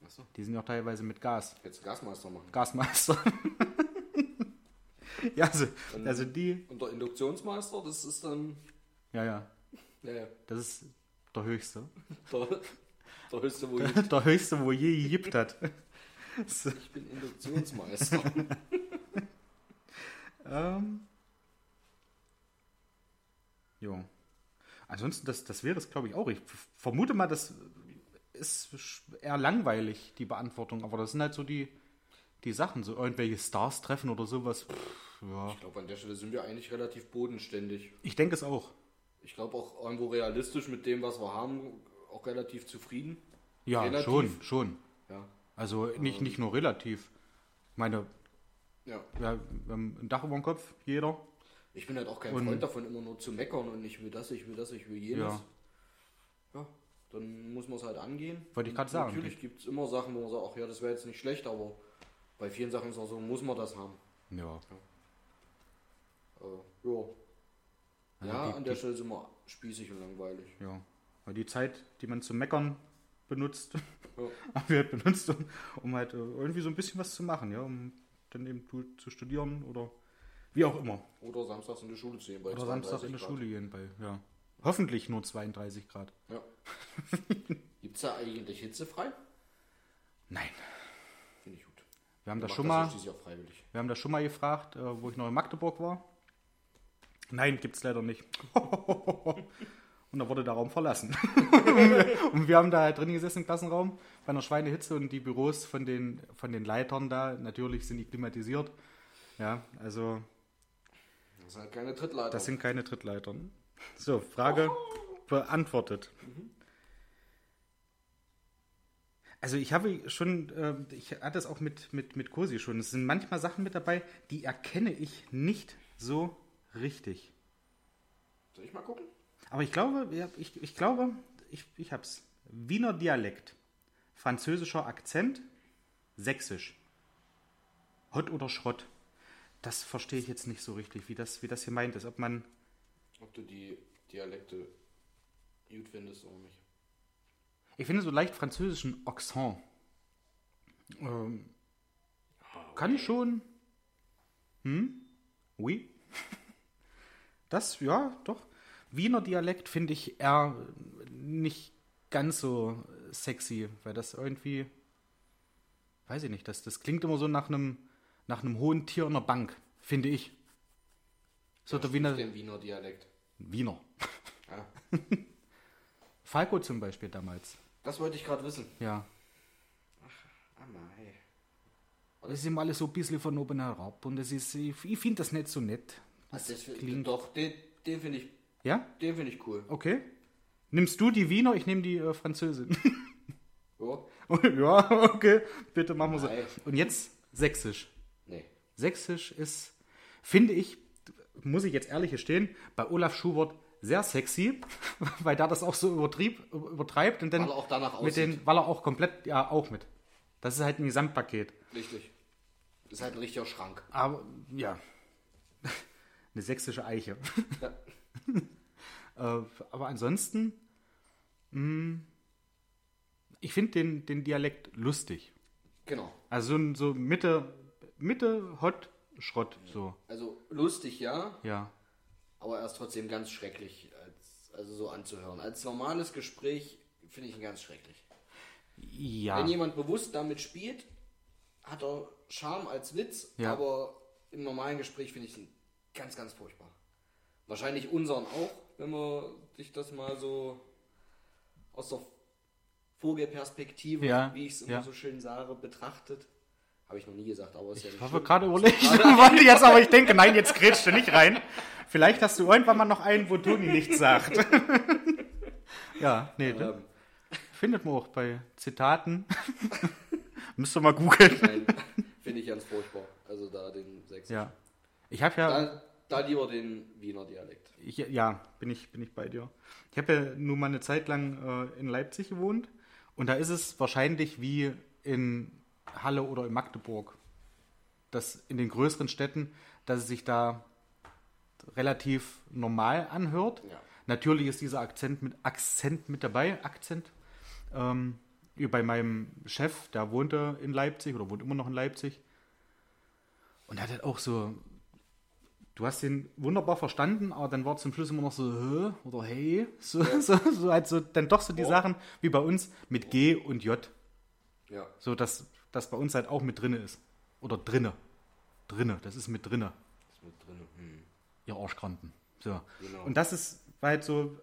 Achso.
die sind ja auch teilweise mit Gas.
Jetzt Gasmeister machen.
Gasmeister. [LAUGHS] ja, also, also die.
Und der Induktionsmeister, das ist dann.
Ja, ja.
Ja, ja.
Das ist der höchste.
Der, der höchste, wo ich,
[LAUGHS] der höchste, wo je gejibt hat. [LAUGHS] so,
ich bin Induktionsmeister.
[LAUGHS] ähm. Jo. Ansonsten, das, das wäre es, glaube ich, auch. Ich f- vermute mal, das ist sch- eher langweilig, die Beantwortung. Aber das sind halt so die, die Sachen. So irgendwelche Stars treffen oder sowas. Pff, ja.
Ich glaube, an der Stelle sind wir eigentlich relativ bodenständig.
Ich denke es auch.
Ich glaube auch irgendwo realistisch mit dem, was wir haben, auch relativ zufrieden.
Ja,
Relativ.
schon, schon.
Ja.
Also nicht, nicht nur relativ. Ich meine,
Ja.
wir wir haben ein Dach über dem Kopf, jeder.
Ich bin halt auch kein
Und-
Freund davon, immer nur zu meckern und ich will das, ich will das, ich will jenes.
Ja.
Ja. Dann muss man es halt angehen.
Wollte ich
Und
grad sagen.
Natürlich gibt es immer Sachen, wo man sagt, ach ja, das wäre jetzt nicht schlecht, aber bei vielen Sachen ist auch so, muss man das haben.
Ja.
Äh, ja. ja,
die-
an der
die-
Stelle sind wir spießig und langweilig.
ja. Weil die Zeit, die man zum Meckern benutzt, [LAUGHS]
Ja.
haben wir halt benutzt, um, um halt äh, irgendwie so ein bisschen was zu machen, ja, um dann eben du, zu studieren oder wie auch immer.
Oder samstags in die Schule zu gehen. Bei
Oder Samstag in der
32
Schule gehen bei, ja. Hoffentlich nur 32 Grad.
Grad. Ja. [LAUGHS] gibt es da eigentlich hitzefrei?
Nein.
Finde ich gut.
Wir haben da
Macht
schon mal.
Das ist ja freiwillig.
Wir haben das schon mal gefragt, äh, wo ich noch in Magdeburg war. Nein, gibt's leider nicht. [LAUGHS] und da wurde der Raum verlassen. [LAUGHS] und wir haben da drin gesessen im Klassenraum bei einer Schweinehitze und die Büros von den, von den Leitern da, natürlich sind die klimatisiert. Ja, also
Das ist halt keine Trittleiter.
das sind keine Trittleitern. So, Frage beantwortet. Also ich habe schon, ähm, ich hatte es auch mit, mit, mit Kosi schon, es sind manchmal Sachen mit dabei, die erkenne ich nicht so richtig.
Soll ich mal gucken?
Aber ich glaube, ja, ich, ich glaube, ich, ich hab's. Wiener Dialekt, französischer Akzent, sächsisch. Hott oder Schrott. Das verstehe ich jetzt nicht so richtig, wie das, wie das hier meint ist. Ob man
Ob du die Dialekte gut findest oder nicht.
Ich finde so leicht französischen Accent. Ähm, Kann ich schon. Hm? Oui. [LAUGHS] Das, ja, doch. Wiener Dialekt finde ich eher nicht ganz so sexy, weil das irgendwie, weiß ich nicht, das, das klingt immer so nach einem, nach einem hohen Tier in der Bank, finde ich. So der Wiener,
Den Wiener Dialekt.
Wiener.
Ja.
Falco zum Beispiel damals,
Das wollte ich gerade wissen.
ja.
Ah, nein.
Das ist immer alles so ein bisschen von oben herab und das ist, ich, ich finde das nicht so nett.
Also das fi-
klingt-
Doch, den, den finde ich,
Ja?
den finde ich cool.
Okay. Nimmst du die Wiener, ich nehme die äh, Französin. [LAUGHS]
Ja?
ja, okay. Bitte machen wir so.
Nein.
Und jetzt Sächsisch.
Nee.
Sächsisch ist, finde ich, muss ich jetzt ehrlich gestehen, bei Olaf Schubert sehr sexy, [LAUGHS] weil da das auch so übertrieb, übertreibt und dann
Weil er auch danach
mit
aussieht.
den, weil er auch komplett, ja, auch mit. Das ist halt ein Gesamtpaket.
Richtig. Ist halt ein richtiger Schrank.
Aber ja. [LAUGHS] Eine sächsische Eiche.
Ja.
[LAUGHS] äh, aber ansonsten, mh, ich finde den, den Dialekt lustig.
Genau.
Also so, ein- so Mitte, Mitte, Hot, Schrott, so.
Also lustig, ja,
Ja.
aber er ist trotzdem ganz schrecklich, als, also so anzuhören. Als normales Gespräch finde ich ihn ganz schrecklich.
Ja. Ah.
Wenn jemand bewusst damit spielt, hat er Charme als Witz,
Ja.
aber im normalen Gespräch finde ich ihn ganz, ganz furchtbar. Wahrscheinlich unseren auch, wenn man sich das mal so aus der Vogelperspektive,
Ja,
wie ich es immer
ja.
so schön sage, betrachtet. Habe ich noch nie gesagt, aber ist ja
Ich
nicht
habe
schlimm.
[LAUGHS] gerade überlegt, ich wollte jetzt, aber ich denke, nein, jetzt grätschst du nicht rein. Vielleicht hast du irgendwann mal noch einen, wo Toni nichts sagt. [LAUGHS] ja, nee, das
Ähm,
findet man auch bei Zitaten. [LAUGHS] Müsst ihr mal googeln.
nein, finde ich ganz furchtbar. Also da den Sächsischen.
Ja. Ich habe ja,
Da, da lieber den Wiener Dialekt.
ich, ja, bin ich, bin ich bei dir. Ich habe ja nur mal eine Zeit lang äh, in Leipzig gewohnt und da ist es wahrscheinlich wie in Halle oder in Magdeburg, dass in den größeren Städten, dass es sich da relativ normal anhört.
Ja.
Natürlich ist dieser Akzent mit Akzent mit dabei, Akzent. Ähm, bei meinem Chef, der wohnte in Leipzig oder wohnt immer noch in Leipzig. Und er hat halt auch so, du hast ihn wunderbar verstanden, aber dann war zum Schluss immer noch so, hä oder hey, so, so, so, halt so dann doch so die Sachen wie bei uns mit G und J,
Ja.
so dass das bei uns halt auch mit drinne ist. Oder drinne. Drinne, das ist mit drinne
Ist mit drin. Hm.
ihr Arschkranten. So.
Genau.
Und das ist halt so,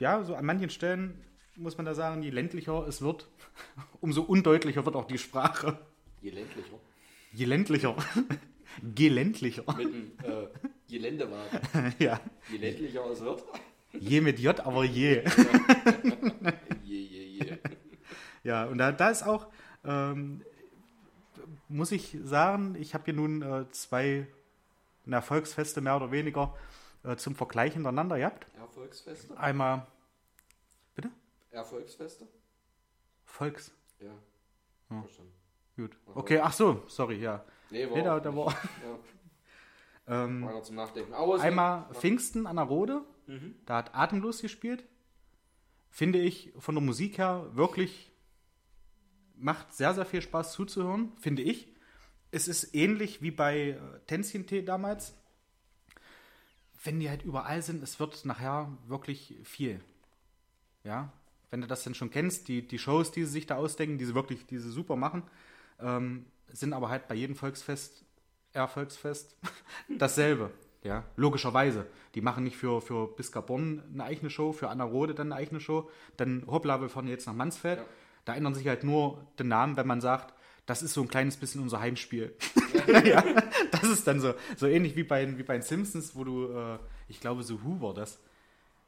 ja, so an manchen Stellen muss man da sagen, je ländlicher es wird, [LAUGHS] umso undeutlicher wird auch die Sprache.
Je ländlicher.
Je ländlicher. [LAUGHS] Je ländlicher. [LAUGHS]
Mit dem, äh, je Ländewagen.
ja.
Je ländlicher es wird.
Je mit J, aber je.
Je, je, je.
Ja, und da, da ist auch, ähm, muss ich sagen, ich habe hier nun äh, zwei na, Volksfeste mehr oder weniger äh, zum Vergleich hintereinander gehabt.
Erfolgsfeste?
Einmal, bitte?
Erfolgsfeste?
Volks.
Ja. Verstanden.
Gut. Okay, ach so, sorry, ja.
Nee, war
Nee, da,
auch
da
nicht.
war
Ja.
ähm,
War noch zum Nachdenken. Aber es-
einmal Pfingsten an der Rode. Da hat Atemlos gespielt. Finde ich von der Musik her wirklich macht sehr, sehr viel Spaß zuzuhören, finde ich. Es ist ähnlich wie bei äh, Tänzchen-Tee damals. Wenn die halt überall sind, es wird nachher wirklich viel. Ja, wenn du das denn schon kennst, die, die Shows, die sie sich da ausdenken, die sie wirklich, die sie super machen, ähm, sind aber halt bei jedem Volksfest, Erfolgsfest, [LAUGHS] dasselbe. Ja, logischerweise. Die machen nicht für, für Biscarbon eine eigene Show, für Anna Rode dann eine eigene Show. Dann hoppla, wir fahren jetzt nach Mansfeld. Da ändern sich halt nur den Namen, wenn man sagt, das ist so ein kleines bisschen unser Heimspiel. [LAUGHS] ja, das ist dann so, so ähnlich wie bei, den- wie bei den Simpsons, wo du, äh, ich glaube, so Who war das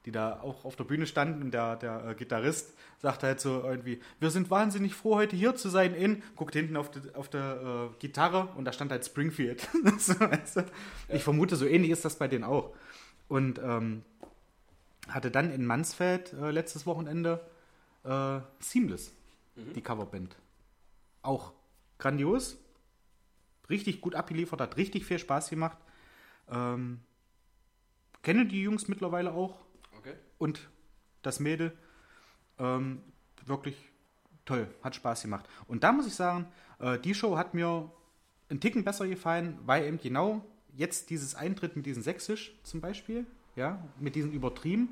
die da auch auf der Bühne standen und der, der äh, Gitarrist sagt halt so irgendwie, wir sind wahnsinnig froh, heute hier zu sein in, guckt hinten auf, die, auf der äh, Gitarre und da stand halt Springfield. [LAUGHS] so, weißt du? Ich vermute, so ähnlich ist das bei denen auch. Und ähm, hatte dann in Mansfeld äh, letztes Wochenende äh, Seamless, die Coverband. Auch grandios, richtig gut abgeliefert, hat richtig viel Spaß gemacht. Ähm, kenne die Jungs mittlerweile auch,
Okay.
und das Mädel. Ähm, wirklich toll, hat Spaß gemacht. Und da muss ich sagen, äh, die Show hat mir einen Ticken besser gefallen, weil eben genau jetzt dieses Eintritt mit diesem Sächsisch zum Beispiel, ja, mit diesen Übertrieben,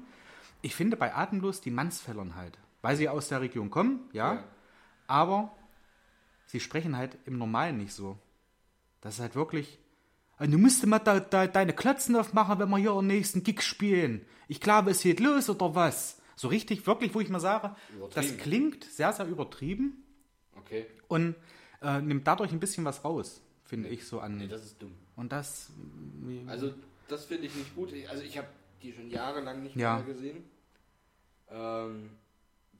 ich finde bei Atemlos die Mannsfällern halt, weil sie aus der Region kommen, ja,
Ja.
aber sie sprechen halt im Normalen nicht so. Das ist halt wirklich, also Du musst immer da, da, deine Klotzen aufmachen, wenn wir hier am nächsten Gig spielen. Ich glaube, es geht los oder was? So richtig, wirklich, wo ich mal sage, das
Übertrieben.
klingt sehr, sehr übertrieben
Okay.
und äh, nimmt dadurch ein bisschen was raus, finde ich so an.
Nee, das ist dumm.
und das,
Also, das finde ich nicht gut. Ich- Also, ich habe die schon jahrelang nicht
Ja.
mehr gesehen. Ähm,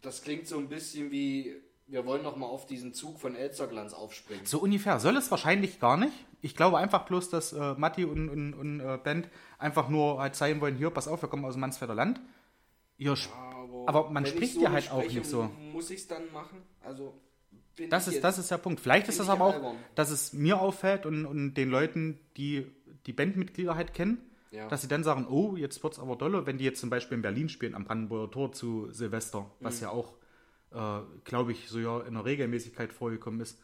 das klingt so ein bisschen wie, wir wollen noch mal auf diesen Zug von Elsterglanz aufspringen.
so ungefähr soll es wahrscheinlich gar nicht. Ich glaube einfach bloß, dass äh, Matti und, und, und äh, Band einfach nur halt zeigen wollen, hier, pass auf, wir kommen aus dem Mansfelder Land. Ihr sp- aber man
Wenn ich
spricht
so
ja halt auch
spreche,
nicht so.
Muss ich es dann machen? Also, bin
Das
ich
ist, das ist der Punkt. Vielleicht ist
Finde
das
ich
aber auch,
albern.
dass es mir auffällt und, und den Leuten, die die Bandmitglieder halt kennen,
Ja.
dass sie dann sagen, oh, jetzt wird's aber dolle, wenn die jetzt zum Beispiel in Berlin spielen, am Brandenburger Tor zu Silvester,
Mhm.
was ja auch, äh, glaube ich, so ja in der Regelmäßigkeit vorgekommen ist.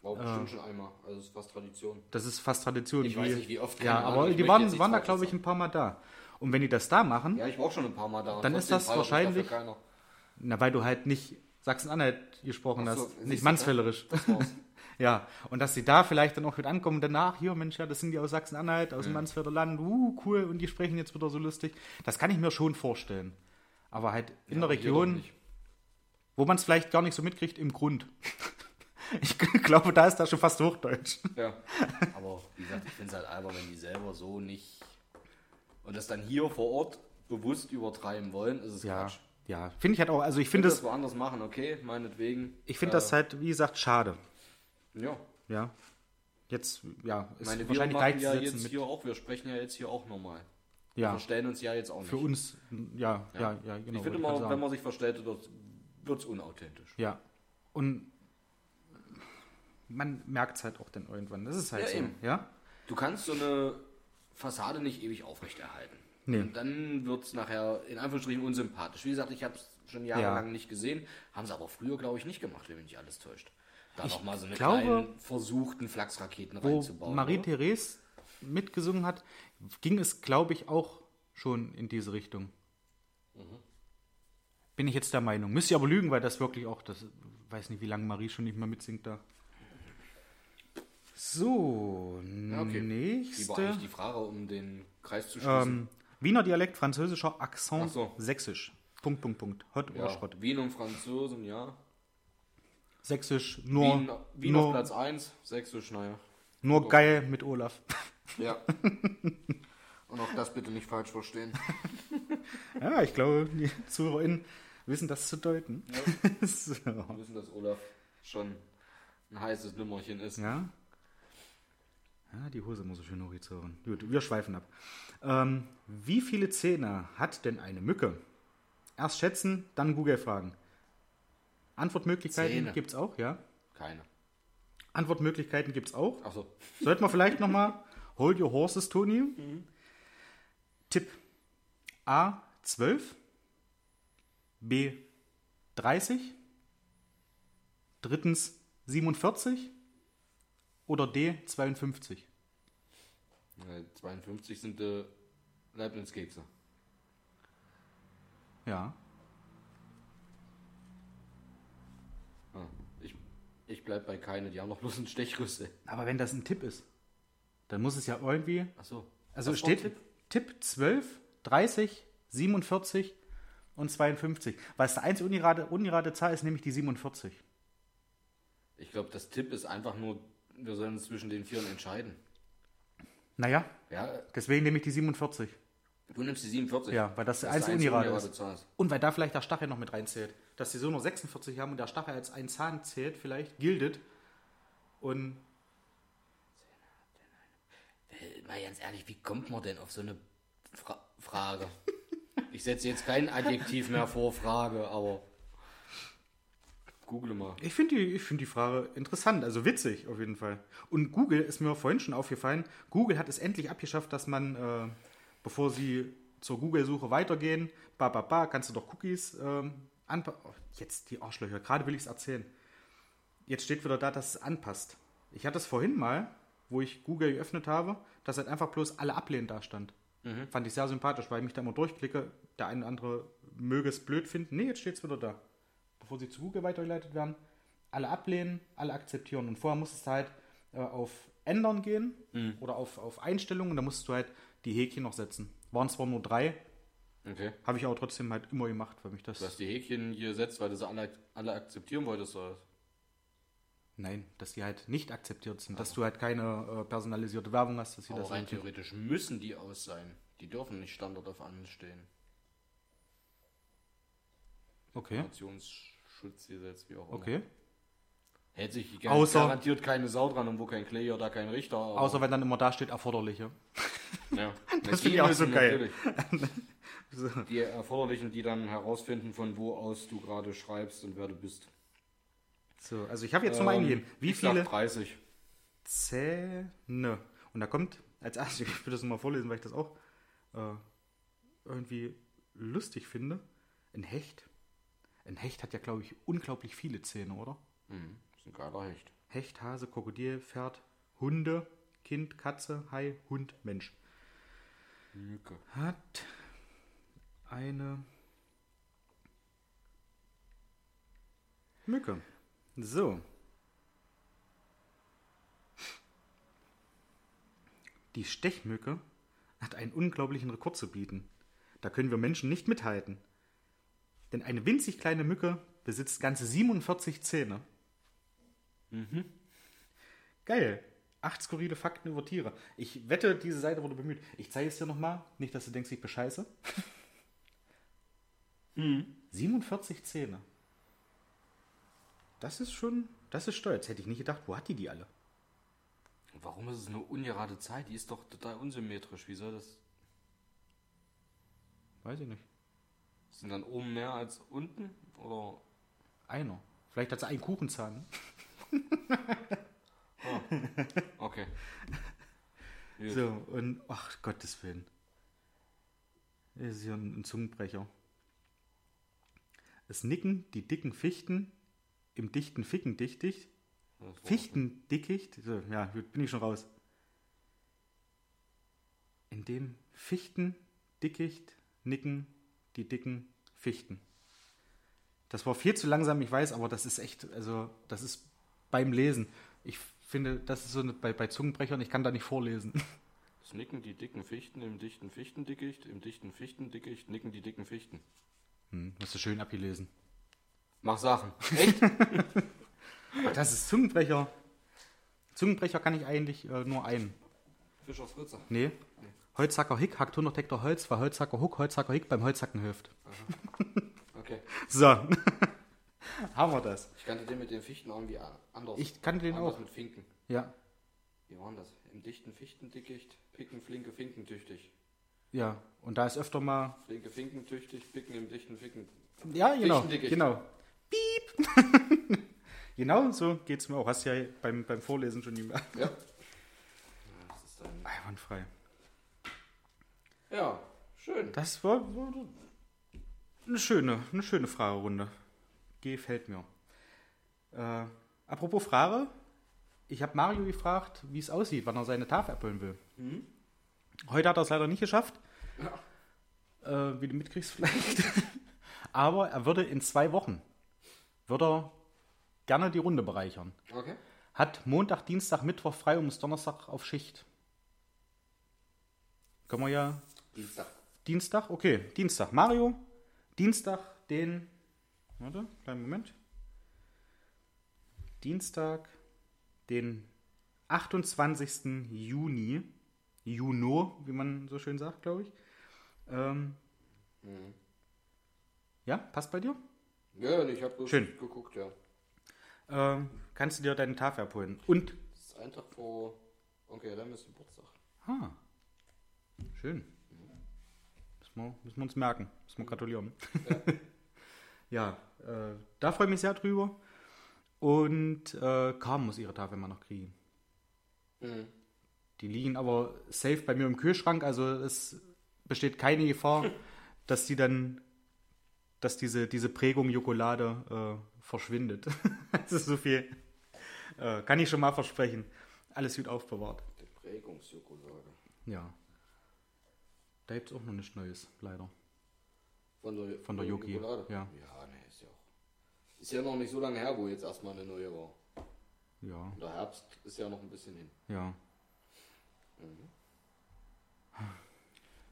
War
Ähm.
bestimmt schon einmal. Also, es ist fast Tradition.
Das ist fast Tradition.
Ich weiß nicht, wie oft,
Ja,
keine Ahnung,
aber
ich möchte
die
jetzt
waren,
nichts
waren da,
Falsches
glaube ich,
sagen.
ein paar Mal da. Und wenn die das da machen,
Ja, ich war auch schon ein paar Mal da. und
Dann ist
trotzdem
das
feiert mich dafür keiner.
wahrscheinlich- [LAUGHS] na, weil du halt nicht Sachsen-Anhalt gesprochen
Ach so,
hast,
siehst
nicht
du,
mansfällerisch.
[LAUGHS] Das war's.
Ja, und dass sie da vielleicht dann auch mit ankommen und danach, hier, Mensch, ja, das sind die aus Sachsen-Anhalt, aus dem Mansfelder Land, uh, cool, und die sprechen jetzt wieder so lustig. Das kann ich mir schon vorstellen. Aber halt in der
aber hier doch
Region,
nicht.
wo man es vielleicht gar nicht so mitkriegt, im Grund. [LAUGHS] Ich glaube, da ist da schon fast Hochdeutsch. [LAUGHS]
Ja.
Aber wie gesagt, ich finde es halt albern, wenn die selber so nicht und das dann hier vor Ort bewusst übertreiben wollen, ist es
Ja,
Quatsch.
ja. Finde ich halt auch. Also ich
Wenn
finde
das
das,
woanders machen, okay, meinetwegen. Äh,
ich finde das halt, wie gesagt, schade.
Ja,
Ja. Jetzt, ja, ist
meine wir
wahrscheinlich
machen ja
gleichzusetzen
jetzt
mit.
hier auch, wir sprechen ja jetzt hier auch normal. Wir
ja,
verstellen uns ja jetzt auch nicht.
für uns, ja, ja, ja, genau.
ich finde
wollte gerade
immer,
sagen.
wenn man sich verstellt, wird es unauthentisch.
Ja. Und man merkt es halt auch dann irgendwann. Das ist halt
Ja,
so.
eben.
Ja?
Du kannst so eine Fassade nicht ewig aufrechterhalten.
Nee.
Und dann wird es nachher in Anführungsstrichen unsympathisch. Wie gesagt, ich habe es schon jahrelang nicht gesehen, haben sie aber früher, glaube ich, nicht gemacht, wenn mich nicht alles täuscht. Da noch mal so eine
glaube-
kleinen versuchten Flachsraketen
Wo
reinzubauen. ne? oder?
Marie-Therese mitgesungen hat, ging es, glaube ich, auch schon in diese Richtung.
Mhm.
Bin ich jetzt der Meinung. Müsste ich aber lügen, weil das wirklich auch, das weiß nicht, wie lange Marie schon nicht mehr mitsingt da. So,
okay. Wie war
nächste.
eigentlich die Frage, um den Kreis zu schließen?
Ähm, Wiener Dialekt, französischer Akzent,
Ach so.
sächsisch. Punkt, Punkt, Punkt. Hot
ja,
oder Schrott.
Wien und Franzosen, ja.
Sächsisch, nur,
Wien, Wien auf
nur,
Platz 1, Sächsisch, naja.
nur geil mit Olaf. [LAUGHS]
Ja. und auch das bitte nicht falsch verstehen.
ja, ich glaube, die ZuhörerInnen wissen das zu deuten. [LAUGHS] so.
Wir wissen, dass Olaf schon ein heißes Nummerchen ist.
Ja. Ja, die Hose muss ich schön hochzaubern. Gut, wir schweifen ab. Ähm, wie viele Zähne hat denn eine Mücke? Erst schätzen, dann Google fragen. Antwortmöglichkeiten
Zähne.
gibt es auch, ja.
Keine.
Antwortmöglichkeiten gibt es auch.
Achso.
Sollten wir vielleicht nochmal Hold your horses, Toni? Tipp A 12, B 30, drittens 47 oder D 52.
52 Äh, sind äh, Leibniz-Kekse.
Ja.
Ah, ich, ich bleib bei keine, die haben noch bloß einen Stechrüssel.
Aber wenn das ein Tipp ist, dann muss es ja irgendwie.
Achso.
Also
Was war
steht
Tipp?
Tipp 12, 30, 47 und 52. Weil es eine einzige ungerade, ungerade Zahl ist, nämlich die 47.
Ich glaube, das Tipp ist einfach nur, wir sollen uns zwischen den Vieren entscheiden.
Naja,
Ja,
deswegen nehme ich die 47.
du nimmst die 47.
Ja, weil das,
Das
eins
ist die
ungerade
einzige
ist.
Zahl ist.
Und weil da vielleicht der Stachel noch mit reinzählt. Dass die so nur 46 haben und der Stachel als ein Zahn zählt, vielleicht gildet. Und
Äh, Mal ganz ehrlich, wie kommt man denn auf so eine Fra Frage? Ich setze jetzt kein Adjektiv mehr vor Frage, aber. Google mal.
ich finde die, ich find die Frage interessant, also witzig auf jeden Fall. Und Google ist mir vorhin schon aufgefallen. Google hat es endlich abgeschafft, dass man, äh, bevor sie zur Google-Suche weitergehen, ba, ba, ba, kannst du doch Cookies ähm, anpassen. Oh, jetzt die Arschlöcher, gerade will ich es erzählen. Jetzt steht wieder da, dass es anpasst. Ich hatte es vorhin mal, wo ich Google geöffnet habe, dass halt einfach bloß alle ablehnt da stand. Fand ich sehr sympathisch, weil ich mich da immer durchklicke. Der eine oder andere möge es blöd finden. Nee, jetzt steht es wieder da. Bevor sie zu Google weitergeleitet werden, alle ablehnen, alle akzeptieren. Und vorher musstest du halt äh, auf Ändern gehen
Mhm.
oder auf, auf Einstellungen. Da musstest du halt die Häkchen noch setzen. Waren zwar nur drei,
Okay.
habe ich aber trotzdem halt immer gemacht, weil mich das.
Du hast die Häkchen hier setzt, weil du sie alle, alle akzeptieren wolltest, oder? was?
Nein, dass die halt nicht akzeptiert sind. Dass du halt keine äh, personalisierte Werbung hast, dass sie
Aber
das
rein
halt-
theoretisch müssen die aus sein. Die dürfen nicht Standard auf anstehen.
Okay.
Nationsschutzgesetz, wie auch immer.
Okay.
Hält sich gar-
Außer-
garantiert keine Sau dran und wo kein Kläger, da kein Richter. aber-
Außer wenn dann immer da steht, erforderliche.
Ja.
[LAUGHS] Das
Die
finde ich auch so
müssen
geil. [LAUGHS]
natürlich. Die Erforderlichen, die dann herausfinden, von wo aus du gerade schreibst und wer du bist.
So, also ich habe jetzt nochmal
Ähm,
eingegeben. Wie
ich sag
viele
30.
Zähne? Und da kommt als erstes, [LAUGHS] ich will das nochmal vorlesen, weil ich das auch äh, irgendwie lustig finde. Ein Hecht. Ein Hecht hat ja, glaube ich, unglaublich viele Zähne, oder?
Hm, ist ein geiler Hecht.
Hecht, Hase, Krokodil, Pferd, Hunde, Kind, Katze, Hai, Hund, Mensch.
Mücke.
hat eine Mücke. So. Die Stechmücke hat einen unglaublichen Rekord zu bieten. Da können wir Menschen nicht mithalten. Denn eine winzig kleine Mücke besitzt ganze 47 Zähne. Geil. Acht skurrile Fakten über Tiere. Ich wette, diese Seite wurde bemüht. Ich zeige es dir nochmal. Nicht, dass du denkst, ich bescheiße. 47 Zähne. Das ist schon, das ist stolz. Hätte ich nicht gedacht, wo hat die die alle?
Warum ist es eine ungerade Zeit? Die ist doch total unsymmetrisch. Wie soll das?
Weiß ich nicht.
Sind dann oben mehr als unten? Oder
Einer. Vielleicht hat sie einen Kuchenzahn.
Oh. okay.
So, und ach Gottes Willen. Das ist hier ein, ein Zungenbrecher. Es nicken die dicken Fichten im dichten Ficken dichtig. Fichtendickicht. So, ja, gut, bin ich schon raus. In dem Fichtendickicht nicken die dicken Fichten. Das war viel zu langsam, ich weiß, aber das ist echt, also das ist beim Lesen. Ich finde, das ist so eine, bei, bei Zungenbrechern, ich kann da nicht vorlesen. [LAUGHS]
Es nicken die dicken Fichten im dichten Fichtendickicht, im dichten Fichtendickicht nicken die dicken Fichten.
Hm, musst du schön abgelesen.
Mach Sachen.
[LAUGHS]
Echt?
Ach, das ist Zungenbrecher. Zungenbrecher kann ich eigentlich äh, nur einen.
Fischer Fritzer.
Nee. Holzhacker Hick hackt 100 Hektar Holz, weil Holzhacker Huck Holzhacker Hick beim Holzhacken hilft.
Okay.
[LAUGHS] So. Haben wir das.
Ich kannte den mit den Fichten irgendwie a- anders.
Ich kannte den
anders
auch.
mit Finken.
Ja.
Wie waren das? Im dichten Fichtendickicht picken flinke Finken tüchtig.
Ja. Und da ist öfter mal.
Flinke Finken tüchtig picken im dichten Ficken.
Ja, genau.
Fichtendickicht.
Genau. Piep. [LAUGHS] genau so geht's mir auch. Hast ja beim, beim Vorlesen schon nie mehr.
Ja. Das ist dann
Einwandfrei.
ja, schön.
Das war, war eine schöne, eine schöne Fragerunde. Gefällt mir. Äh, apropos Frage, ich habe Mario gefragt, wie es aussieht, wann er seine Tafel abholen will. Heute hat er es leider nicht geschafft. Äh, wie du mitkriegst vielleicht. [LAUGHS] Aber er würde in zwei Wochen würde er gerne die Runde bereichern.
Okay.
Hat Montag, Dienstag, Mittwoch frei und ist Donnerstag auf Schicht. Können wir ja
Dienstag.
Dienstag, okay, Dienstag Mario, Dienstag den, warte, kleinen Moment, Dienstag den 28. Juni, Juno, wie man so schön sagt, glaube ich. Ähm, Ja, passt bei dir?
Ja, ich habe bloß
Schön.
geguckt, ja.
Ähm, kannst du dir deine Tafel abholen. Und,
Das ist ein Tag vor. Okay, dann ist Geburtstag.
ah, schön. Müssen wir, müssen wir uns merken, müssen wir gratulieren. [LAUGHS] Ja, äh, da freue ich mich sehr drüber. Und äh, Carmen muss ihre Tafel mal noch kriegen.
Mhm.
Die liegen aber safe bei mir im Kühlschrank, also es besteht keine Gefahr, dass die dann, dass diese, diese Prägung Jokolade äh, verschwindet. [LAUGHS] das ist so viel. Äh, kann ich schon mal versprechen. Alles gut aufbewahrt.
Die Prägungsjokolade.
Ja. Da gibt es auch noch nichts Neues, leider.
Von der,
Von der Joki.
Jokolade?
Ja.
Ja, ne, ist ja auch. Ist ja noch nicht so lange her, wo jetzt erstmal eine neue war.
Ja,
Und der Herbst ist ja noch ein bisschen hin. Mhm.
ja.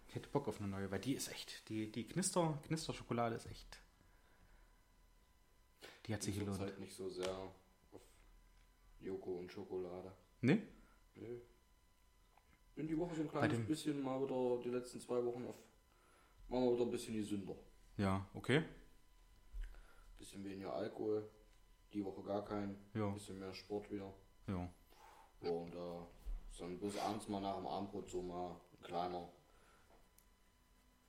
Ich hätte Bock auf eine neue, weil die ist echt, die, die Knister, Knisterschokolade ist echt. Die hat sich
Ich bin
gelohnt.
halt nicht so sehr auf Joko und Schokolade.
Ne?
Nö. Bin die Woche so ein
dem-
kleines bisschen mal wieder die letzten zwei Wochen auf. Machen wir wieder ein bisschen gesünder.
Ja, okay.
Bisschen weniger Alkohol. Die Woche gar kein.
Ja.
Bisschen mehr Sport wieder.
Ja.
Ja, und äh, da ist dann bloß abends mal nach dem Abendbrot so mal ein kleiner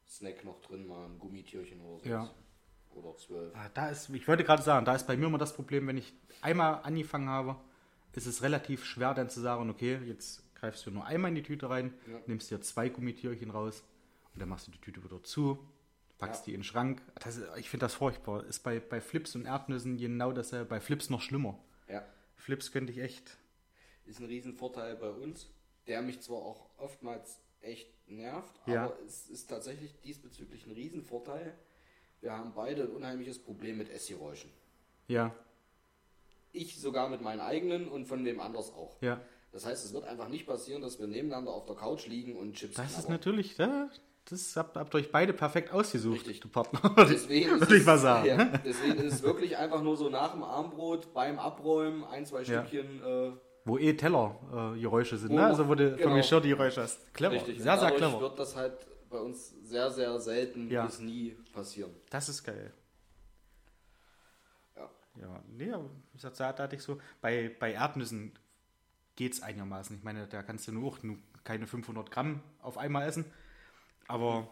Snack noch drin, mal ein Gummitierchen oder so.
Ja.
Oder zwölf.
Ah, Da ist, ich wollte gerade sagen, da ist bei mir immer das Problem, wenn ich einmal angefangen habe, ist es relativ schwer dann zu sagen, okay, jetzt greifst du nur einmal in die Tüte rein, nimmst dir zwei Gummitierchen raus und dann machst du die Tüte wieder zu, packst die in den Schrank. Das ist, ich finde das furchtbar. Ist bei, bei Flips und Erdnüssen genau dasselbe. Bei Flips noch schlimmer.
Ja.
Flips könnte ich echt.
Ist ein Riesenvorteil bei uns, der mich zwar auch oftmals echt nervt,
Ja.
aber es ist tatsächlich diesbezüglich ein Riesenvorteil. Wir haben beide ein unheimliches Problem mit Essgeräuschen.
Ja,
Ich sogar mit meinen eigenen und von wem anders auch.
ja.
Das heißt, es wird einfach nicht passieren, dass wir nebeneinander auf der Couch liegen und Chips
Das ist
knabbern.
natürlich, da, Das habt, habt ihr euch beide perfekt ausgesucht,
Richtig.
du Partner. [LAUGHS]
Deswegen ist
Würde ich
es-
mal sagen,
Ja,
ne?
deswegen ist es wirklich einfach nur so nach dem Armbrot, beim Abräumen, ein, zwei
Ja.
Stückchen. Äh,
Wo eh Teller-Geräusche sind,
Wo
ne?
man-
Also wo du
genau.
vom Geschirr die Geräusche hast. Clever.
richtig.
Sehr,
Und
sehr
dadurch
clever.
wird das halt bei uns sehr, sehr selten
Ja.
bis nie passieren.
Das ist geil.
Ja.
Ja, nee, aber wie gesagt, da, da hatte ich so, bei, bei Erdnüssen geht's einigermaßen. Ich meine, da kannst du nur, auch nur keine 500 Gramm auf einmal essen. Aber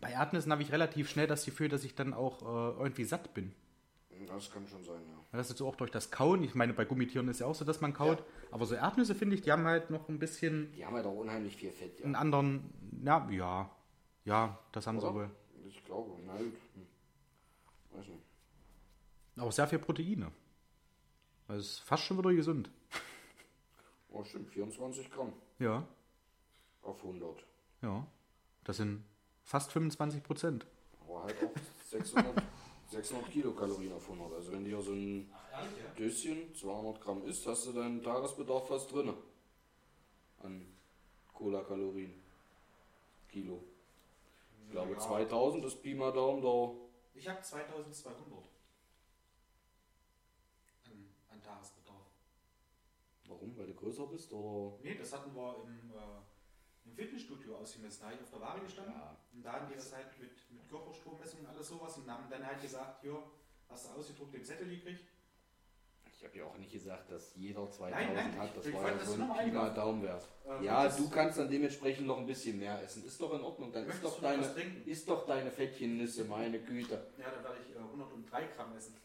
bei Erdnüssen habe ich relativ schnell das Gefühl, dass ich dann auch äh, irgendwie satt bin.
Das kann schon sein, ja.
Ja, Das ist so auch durch das Kauen. Ich meine, bei Gummitieren ist ja auch so, dass man kaut. Aber so Erdnüsse, finde ich, die haben halt noch ein bisschen
Die haben halt auch unheimlich viel Fett, ja.
einen anderen. Ja, ja. Ja, das haben sie
Oder?
wohl.
Ich glaube, na gut. Hm. Weiß nicht.
Aber sehr viel Proteine. Also ist fast schon wieder gesund.
Oh, stimmt, 24 Gramm
Ja,
auf 100.
ja. Das sind fast 25 Prozent.
Aber halt auch
[LAUGHS]
600, 600 Kilokalorien auf 100. Also wenn dir so ein Döschen 200 Gramm isst, hast du deinen Tagesbedarf fast drin. An Cola-Kalorien. Kilo. Ich glaube 2000 ist Pi mal Daumen da.
Ich habe 2200 an, an Tagesbedarf.
Warum? Weil du größer bist? Oder?
Nee, das hatten wir im, äh, im Fitnessstudio ausgemessen. Da habe ich auf der Waage gestanden. Und da haben die das halt mit, mit Körperstrommessung und alles sowas und haben dann halt gesagt, hier, hast du ausgedruckt den Zettel gekriegt?
Ich habe ja auch nicht gesagt, dass jeder 2000
Nein, nein,
hat. Das
ich
war
wollte
ja
das
so ein
nur noch
Pi mal
einwerfen.
Daumen wert.
Ähm,
Ja,
das-
du kannst dann dementsprechend noch ein bisschen mehr essen. Ist doch in Ordnung. Dann ist
Möchtest
doch,
du noch
deine,
was trinken?
ist doch deine Fettchennisse, meine Güte.
Ja, dann werde ich äh, 103 Gramm
[LAUGHS]
essen.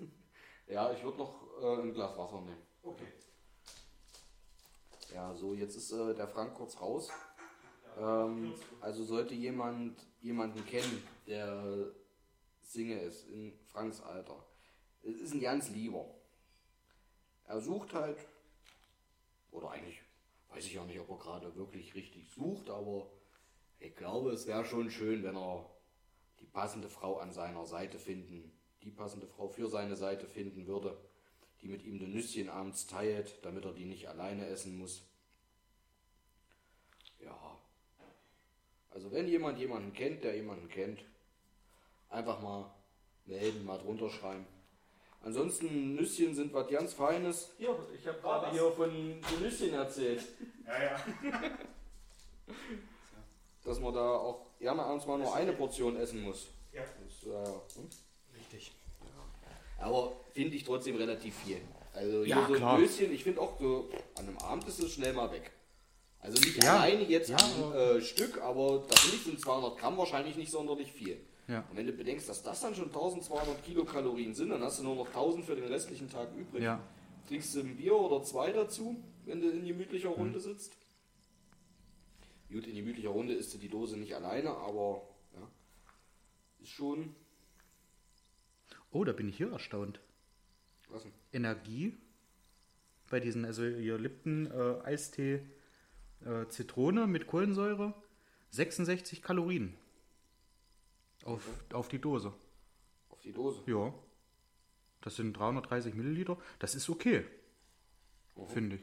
Ja, ich würde noch äh, ein Glas Wasser nehmen.
Okay.
Ja, so, jetzt ist äh, der Frank kurz raus. Ähm, also sollte jemand jemanden kennen, der Single ist, in Franks Alter. Es ist ein ganz lieber. Er sucht halt, oder eigentlich weiß ich auch nicht, ob er gerade wirklich richtig sucht, aber ich glaube, es wäre schon schön, wenn er die passende Frau an seiner Seite finden, die passende Frau für seine Seite finden würde, die mit ihm den Nüsschen abends teilt, damit er die nicht alleine essen muss. Ja. Also wenn jemand jemanden kennt, der jemanden kennt, einfach mal melden, mal drunter schreiben. Ansonsten Nüsschen sind was ganz Feines. Ja, ich habe gerade hier von Nüsschen erzählt.
[LAUGHS] Ja,
[LAUGHS]
ja.
Dass man da auch gerne abends mal nur eine Portion essen muss.
ja.
Das, äh, Richtig. Aber finde ich trotzdem relativ viel. Also hier
Ja,
so
klar.
ein Döschen, ich finde auch so, an einem Abend ist es schnell mal weg. Also nicht
Ja.
alleine jetzt
Ja,
am äh, Stück, aber da finde ich sind 200 Gramm wahrscheinlich nicht sonderlich viel.
Ja.
Und wenn du bedenkst, dass das dann schon 1200 Kilokalorien sind, dann hast du nur noch 1000 für den restlichen Tag übrig.
Ja.
Trinkst du ein Bier oder zwei dazu, wenn du in
Mhm.
gemütlicher Runde sitzt? Gut, in gemütlicher Runde isst du die Dose nicht alleine, aber ja, ist schon
Oh, da bin ich hier erstaunt.
Was denn?
Energie bei diesen, also ihr Lipton äh, Eistee äh, Zitrone mit Kohlensäure, 66 Kalorien auf, auf die Dose.
Auf die Dose.
Ja. Das sind 330 Milliliter. Das ist okay. Finde ich.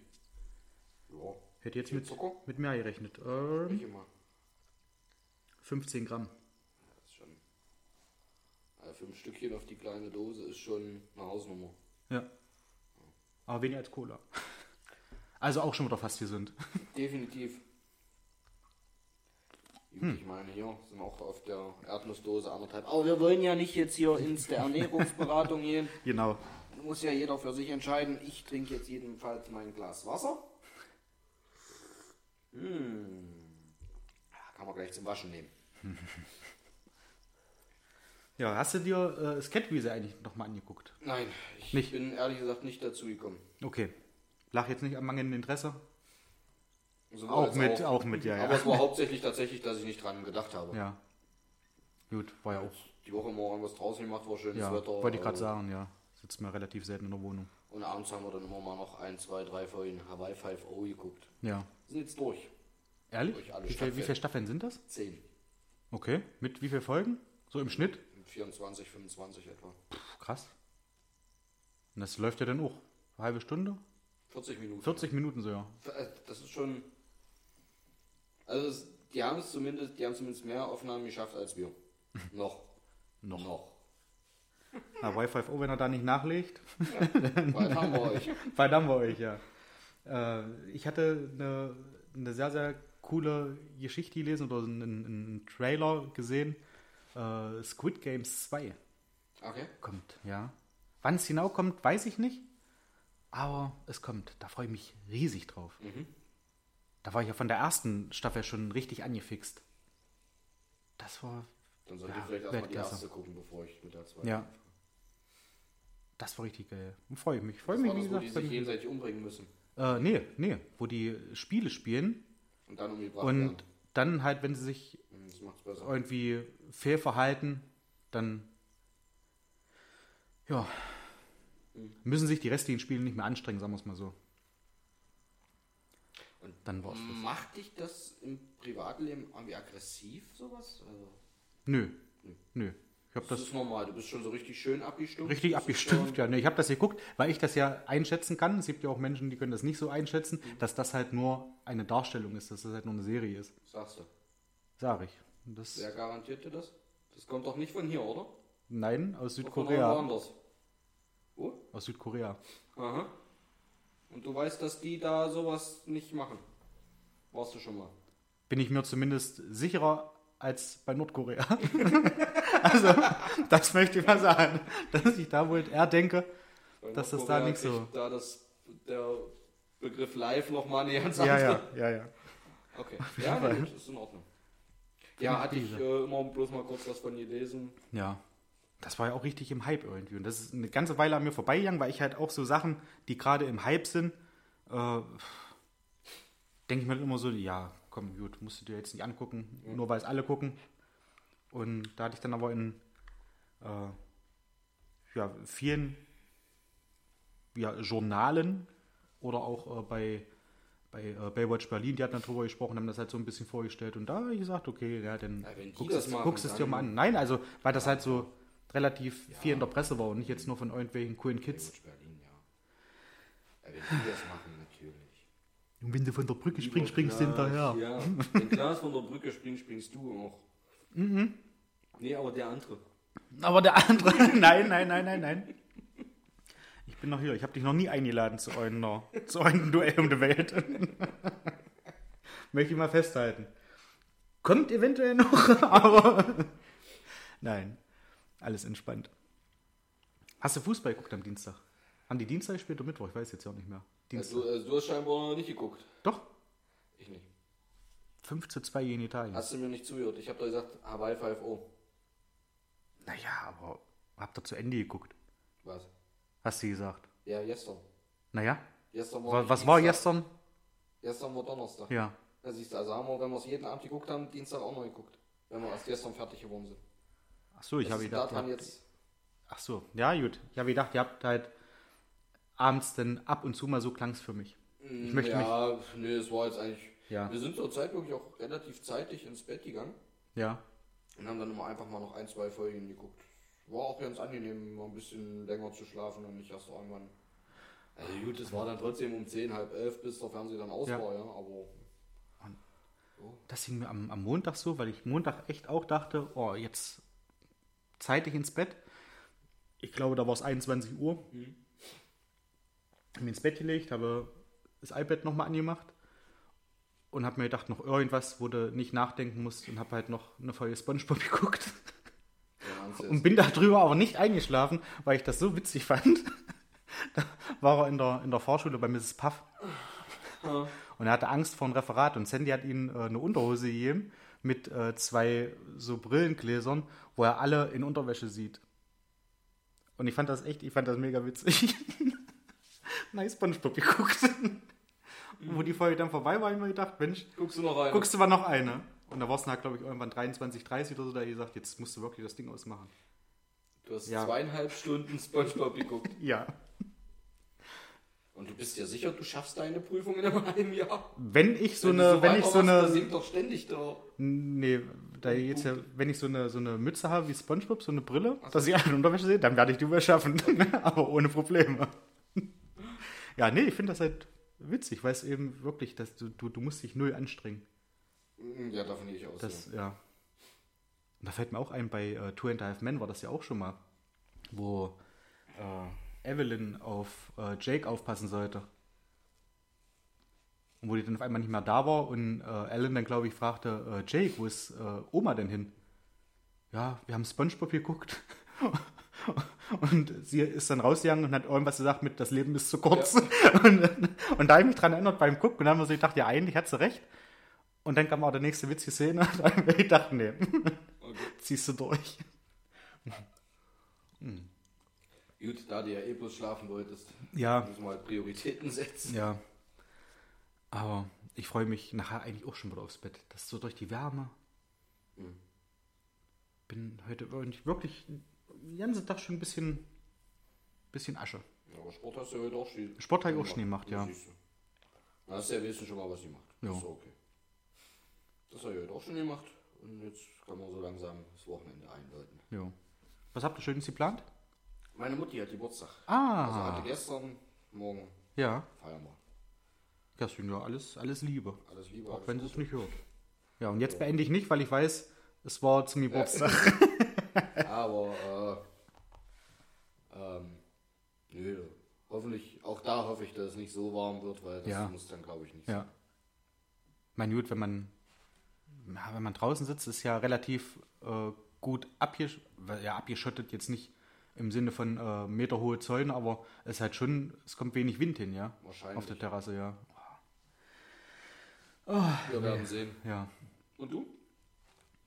Ja,
Hätte jetzt
Oh. Viel
mit,
Zucker?
mit mehr gerechnet. Ähm,
nicht immer.
15 Gramm.
Das ist schon. Also fünf Stückchen auf die kleine Dose ist schon eine Hausnummer.
Ja. Aber weniger
[LAUGHS]
als Cola. Also auch schon wieder fast gesund.
Definitiv. Gut, Ich meine, hier sind auch auf der Erdnussdose anderthalb. Aber wir wollen ja nicht jetzt hier ins der Ernährungsberatung gehen.
Genau.
Muss ja jeder für sich entscheiden. Ich trinke jetzt jedenfalls mein Glas Wasser. Hm. Kann man gleich zum Waschen nehmen.
Ja, hast du dir äh, das Catwiese eigentlich nochmal angeguckt?
Nein, ich
Nicht?
bin ehrlich gesagt nicht dazu gekommen.
Okay. Lach jetzt nicht am mangelnden Interesse.
Sowohl
Auch
als
mit, auch mit, ja,
Aber
ja.
es [LAUGHS] war hauptsächlich tatsächlich, dass ich nicht dran gedacht habe.
[LAUGHS] Ja. Gut, war ja auch.
Die Woche morgen was draußen gemacht, war schönes
Ja,
Wetter.
wollte ich gerade
also-
sagen, ja. Sitzt mir relativ selten in der Wohnung.
Und abends haben wir dann immer mal noch ein, zwei, drei Folgen Hawaii 5-O geguckt.
Ja.
Sind jetzt durch.
Ehrlich?
Durch alle
Wie, viel, wie
Staffeln.
viele Staffeln sind das?
Zehn.
Okay. Mit wie viel Folgen? So im Schnitt?
24, 25 etwa.
Puh, krass. Und das läuft ja dann auch. Eine halbe Stunde?
40 Minuten.
40 Minuten so, ja.
Äh, Das ist schon. Also es die haben es zumindest, die haben zumindest mehr Aufnahmen geschafft als
[LAUGHS]
wir. Noch. Noch. Noch.
Na, Y5O, wenn er da nicht nachlegt,
Weil haben wir euch.
Bald haben wir euch, ja. Äh, ich hatte eine, eine sehr, sehr coole Geschichte gelesen oder einen, einen Trailer gesehen. Äh, Squid Games 2
Okay.
kommt, ja. Wann es genau kommt, weiß ich nicht. Aber es kommt. Da freue ich mich riesig drauf.
Mhm.
Da war ich ja von der ersten Staffel schon richtig angefixt. Das war,
Dann sollte
Ja,
ich vielleicht erstmal die
Weltklasse.
erste gucken, bevor ich mit der zweiten.
ja. Das war richtig geil. Freue ich mich. Freue
Das
mich,
war
wie
das, wo die
gesagt. wenn
sich
ich-
gegenseitig umbringen müssen
Äh, nee, nee, wo die Spiele spielen
und dann umgebracht
und
werden.
dann halt, wenn sie sich
Hm, Das macht's besser.
irgendwie fehlverhalten, dann ja, müssen sich die restlichen Spiele nicht mehr anstrengen, sagen wir es mal so.
Und
dann war's das.
Macht dich das im Privatleben irgendwie aggressiv, sowas? Also,
Nö, nö. Ich habe
das
das
ist normal, du bist schon so richtig schön abgestumpft.
richtig
Das ist
abgestumpft,
schon-
ja. Ne, ich habe das geguckt, weil ich das ja einschätzen kann. Es gibt ja auch Menschen, die können das nicht so einschätzen, dass das halt nur eine Darstellung ist, dass das halt nur eine Serie ist.
Sagst du.
Sag ich. Das,
Wer garantiert dir das? Das kommt doch nicht von hier, oder?
nein, aus
Doch von irgendwo
Südkorea.
anders. Wo?
Aus Südkorea.
Aha. Und du weißt, dass die da sowas nicht machen. Warst du schon mal?
bin ich mir zumindest sicherer als bei Nordkorea. [LAUGHS] also, das möchte ich mal sagen, dass ich da wohl eher denke,
Bei
Dass das
Nordkorea
da nicht
kriegt
so-
Da das, der Begriff live nochmal eine ganz
ja,
andere.
ja, ja, ja.
[LAUGHS] Okay. Ja, na gut, ist in Ordnung. Ja, hatte ich äh, immer bloß mal kurz was von gelesen.
Ja. Das war ja auch richtig im Hype irgendwie. Und das ist eine ganze Weile an mir vorbeigegangen, weil ich halt auch so Sachen, die gerade im Hype sind, äh, denke ich mir dann immer so, ja, komm, gut, musst du dir jetzt nicht angucken, nur weil es alle gucken. Und da hatte ich dann aber in äh, ja, vielen ja, Journalen oder auch äh, bei, bei äh, Baywatch Berlin, die hatten darüber gesprochen, haben das halt so ein bisschen vorgestellt. Und da habe ich gesagt, okay, ja, dann
Ja, wenn die
guckst,
das
es-
machen,
guckst es dir
dann-
mal an. Nein, also, weil das halt so relativ viel in der Presse war und nicht jetzt nur von irgendwelchen coolen Kids.
Baywatch Berlin, ja. ja wenn die das machen, natürlich.
Und wenn du von der Brücke
Lieber Klaas, Ja, wenn Klaas von der Brücke springt, springst du auch. Mhm. Nee, aber der andere.
Aber der andere, [LAUGHS] nein, nein, nein, nein, nein. Ich bin noch hier. Ich habe dich noch nie eingeladen zu einem, zu einem Duell um die Welt. [LAUGHS] Möchte ich mal festhalten. Kommt eventuell noch, [LAUGHS] aber nein. Alles entspannt. Hast du Fußball geguckt am Dienstag? Haben die Dienstag gespielt oder Mittwoch? Ich weiß jetzt ja auch nicht mehr. Dienstag.
Also, äh, du hast scheinbar noch nicht geguckt.
Doch,
Ich nicht.
5 zu 2 gegen Italien.
Hast du mir nicht zugehört? Ich habe da gesagt, ah, Hawaii 5O.
Naja, aber habt ihr zu Ende geguckt?
Was?
Hast du gesagt?
Ja, gestern.
Naja,
Gestern
wa-
nicht
was war
Dienstag.
gestern?
Gestern war Donnerstag.
Ja.
Da siehst du, also haben wir, wenn wir es jeden Abend geguckt haben, Dienstag auch noch geguckt. Wenn wir erst gestern fertig geworden sind.
Ach so, ich
Was
habe
ist da
gedacht. ihr
dran
habt-
Also jetzt?
Ach so, ja gut. Ich habe gedacht, ihr habt halt abends dann ab und zu mal so klang's für mich. Ich möchte mich.
ja, nee, es war jetzt eigentlich.
Ja.
Wir sind zur Zeit wirklich auch relativ zeitig ins Bett gegangen
Ja.
und haben dann immer einfach mal noch ein, zwei Folgen geguckt. War auch ganz angenehm, mal ein bisschen länger zu schlafen und nicht erst irgendwann. Also gut, es war dann trotzdem um 10, halb elf, bis der Fernseher dann aus
Ja.
war, ja, aber.
Das hing mir am, am Montag so, weil ich Montag echt auch dachte, oh, jetzt zeitig ins Bett. Ich glaube, da war es 21 Uhr. Hab mich ins Bett gelegt, habe das iPad nochmal angemacht und habe mir gedacht, noch irgendwas, wo du nicht nachdenken musst und habe halt noch eine Folge Spongebob [LAUGHS] geguckt.
Ja,
Und bin darüber aber nicht eingeschlafen, weil ich das so witzig fand. Da war er in der, in der Vorschule bei Mrs. Puff. Und er hatte Angst vor einem Referat. Und Sandy hat ihm äh, eine Unterhose gegeben mit äh, zwei so Brillengläsern, wo er alle in Unterwäsche sieht. Und ich fand das echt, ich fand das mega witzig. [LAUGHS] nice Spongebob geguckt. Wo die Folge dann vorbei war, habe ich mir gedacht, Mensch,
Guckst du noch rein?
guckst du mal noch eine. Und da war es dann, glaube ich, irgendwann 23.30 oder so, da hat er gesagt, jetzt musst du wirklich das Ding ausmachen.
Du hast
Ja.
zweieinhalb Stunden Spongebob geguckt.
Ja.
Und du bist dir sicher, du schaffst deine Prüfung in einem halben Jahr.
Wenn ich so
du
eine, wenn ich so
weitermachst, Da
eine,
sinkt doch ständig da.
nee, da geht's ja, wenn ich so eine, so eine Mütze habe wie SpongeBob, so eine Brille, dass ich alle in Unterwäsche sehe, dann werde ich die überschaffen, [LAUGHS] aber ohne Probleme. [LAUGHS] ja, nee, ich finde das halt witzig, weil es eben wirklich, dass du, du, du musst dich null anstrengen.
Ja, davon gehe ich aus.
Das, ja. Und da fällt mir auch ein, bei äh, Two and a Half Men war das ja auch schon mal, wo äh, Evelyn auf äh, Jake aufpassen sollte. Und wo die dann auf einmal nicht mehr da war und äh, Alan dann, glaube ich, fragte, äh, Jake, wo ist äh, Oma denn hin? Ja, wir haben Spongebob geguckt. [LAUGHS] Und sie ist dann rausgegangen und hat irgendwas gesagt mit, das Leben ist zu kurz. [LAUGHS] Und, und da habe ich mich dran erinnert beim Gucken und dann haben wir so gedacht, ja, eigentlich hat sie recht. Und dann kam auch der nächste witzige Szene [LAUGHS] und dann habe ich gedacht, nee, [LAUGHS] ziehst du durch.
ja. Gut, da du ja eh bloß schlafen wolltest,
Ja,
müssen wir halt Prioritäten setzen.
ja. Aber ich freue mich nachher eigentlich auch schon wieder aufs Bett. Das ist so durch die Wärme. Bin heute wirklich- wirklich den ganzen Tag schon ein bisschen, bisschen Asche.
Ja, aber Sport hast du ja heute auch schon.
Sport habe ich auch schon gemacht, ja.
Siehst du. Da hast du ja wenigstens schon mal was gemacht.
Ja.
Das ist okay. Das habe ich heute auch schon gemacht. Und jetzt kann man so langsam das Wochenende einläuten.
ja. Was habt ihr Schönes geplant?
Meine Mutti hat Geburtstag. Also
Ah,
hatte gestern, morgen
ja.
feiern wir.
Das sind ja alles, alles Liebe.
Alles Liebe.
Auch
alles
wenn sie
Gute.
es nicht hört. Ja, und jetzt beende ich nicht, weil ich weiß, es war zum Geburtstag.
Aber, äh, ähm, nö, hoffentlich, auch da hoffe ich, dass es nicht so warm wird, weil das
Ja.
muss dann, glaube ich, nicht
Ja. Mein gut, wenn man, ja, wenn man draußen sitzt, ist ja relativ äh, gut abgesch ja, abgeschottet, jetzt nicht im Sinne von äh, meterhohe Zäune, aber es ist halt schon, es kommt wenig Wind hin, ja.
Wahrscheinlich.
Auf der Terrasse, ja.
sein. Wir werden sehen.
Ja,
Und du?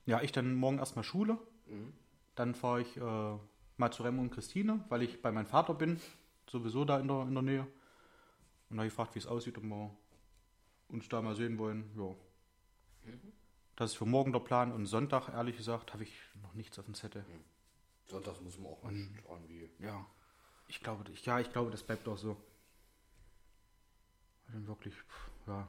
ja ich dann morgen erstmal Schule.
Mhm.
Dann fahre ich äh, mal zu Remo und Christine, weil ich bei meinem Vater bin, sowieso da in der, in der Nähe. Und da hab ich gefragt, wie es aussieht, ob wir uns da mal sehen wollen. Ja. Mhm. Das ist für morgen der Plan und Sonntag, ehrlich gesagt, habe ich noch nichts auf dem Zettel.
Sonntags muss man auch nicht irgendwie.
Ja. Ich glaube, ich, ja, ich glaube, das bleibt auch so. Dann wirklich, pff, ja.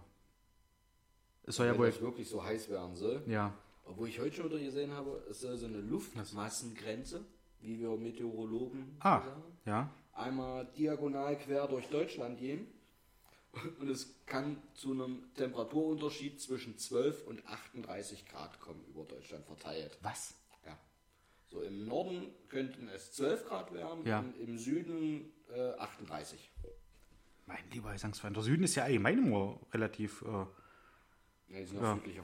Es soll ja
Wenn
wohl.
es wirklich so heiß werden soll.
Ja,
Obwohl ich heute schon wieder gesehen habe, es soll so eine Luftmassengrenze, wie wir Meteorologen
Ah.
sagen,
ja.
einmal diagonal quer durch Deutschland gehen. Und es kann zu einem Temperaturunterschied zwischen 12 und 38 Grad kommen über Deutschland verteilt.
Was?
Ja. So im Norden könnten es 12 Grad werden,
Ja.
und im Süden äh, 38.
Mein lieber Gesangsverein. Der Süden ist ja allgemein immer relativ, äh,
Nee, die sind
Ja.
auch südlicher.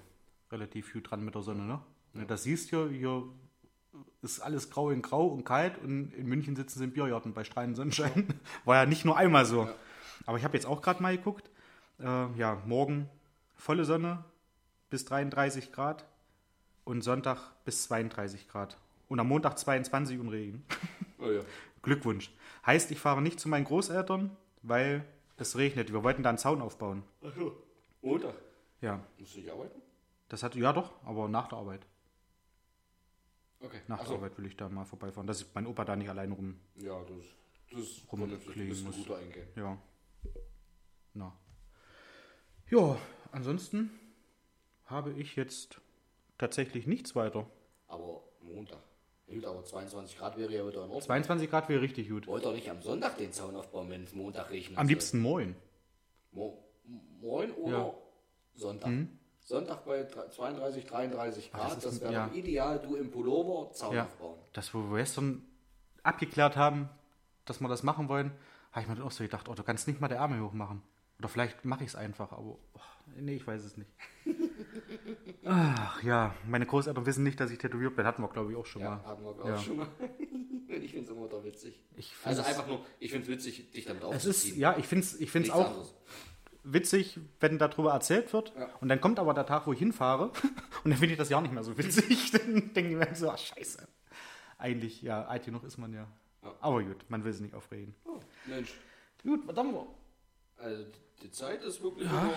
relativ viel dran mit der Sonne, ne? Ne, Das siehst du, hier ist alles grau in grau und kalt und in München sitzen sie im Biergarten bei strahlendem Sonnenschein. [LAUGHS] War ja nicht nur einmal so. Aber ich habe jetzt auch gerade mal geguckt. Äh, ja, morgen volle Sonne bis 33 Grad und Sonntag bis 32 Grad. Und am Montag 22 und Regen. [LAUGHS]
Oh ja.
Glückwunsch. Heißt, ich fahre nicht zu meinen Großeltern, weil es regnet. Wir wollten da einen Zaun aufbauen.
Montag.
Ja,
Musst du nicht arbeiten?
das hat, ja doch, aber nach der Arbeit.
Okay.
Nach der Arbeit will ich da mal vorbeifahren, dass ich mein Opa da nicht allein rum.
Ja, das, das ist
Rumklicken
vernünftig. Das ist ein
muss.
guter Eingang.
Ja. Na. Ja, ansonsten habe ich jetzt tatsächlich nichts weiter.
Aber Montag. Gut, aber 22 Grad wäre ja wieder in Ordnung.
22 Grad wäre richtig gut.
Wollt ihr nicht am Sonntag den Zaun aufbauen, wenn es Montag regnet?
Am liebsten moin.
Mo Moin oder
Ja. Hm?
Sonntag. Sonntag bei dr- 32, 33 Grad,
ist
das,
ein-
wäre
ja.
doch ideal, du im Pullover Zaun
Ja.
aufbauen.
Das, wo wir gestern abgeklärt haben, dass wir das machen wollen, habe ich mir dann auch so gedacht, oh, du kannst nicht mal der Ärmel hochmachen. Oder vielleicht mache ich es einfach, aber oh, nee, ich weiß
[LAUGHS]
es nicht. Ach ja, meine Großeltern wissen nicht, dass ich tätowiert bin. Hatten wir, glaube ich, auch schon
Ja,
mal.
hatten wir glaube
Ja.
ich schon mal. [LAUGHS] Und ich finde es immer doch witzig.
Ich find
also
es-
einfach nur, ich finde es witzig, dich damit
Es ist,
aufzuziehen.
ja, ich finde es ich find's
Nichts
auch
anderes.
witzig, wenn darüber erzählt wird. Und dann kommt aber der Tag, wo ich hinfahre. [LAUGHS] Und dann finde ich das ja auch nicht mehr so witzig. [LAUGHS] dann denke ich mir so, ach, scheiße. Eigentlich, ja, alt genug ist man ja. Aber gut, man will sie nicht aufregen.
Mensch,
Gut, verdammt.
also die Zeit ist wirklich immer-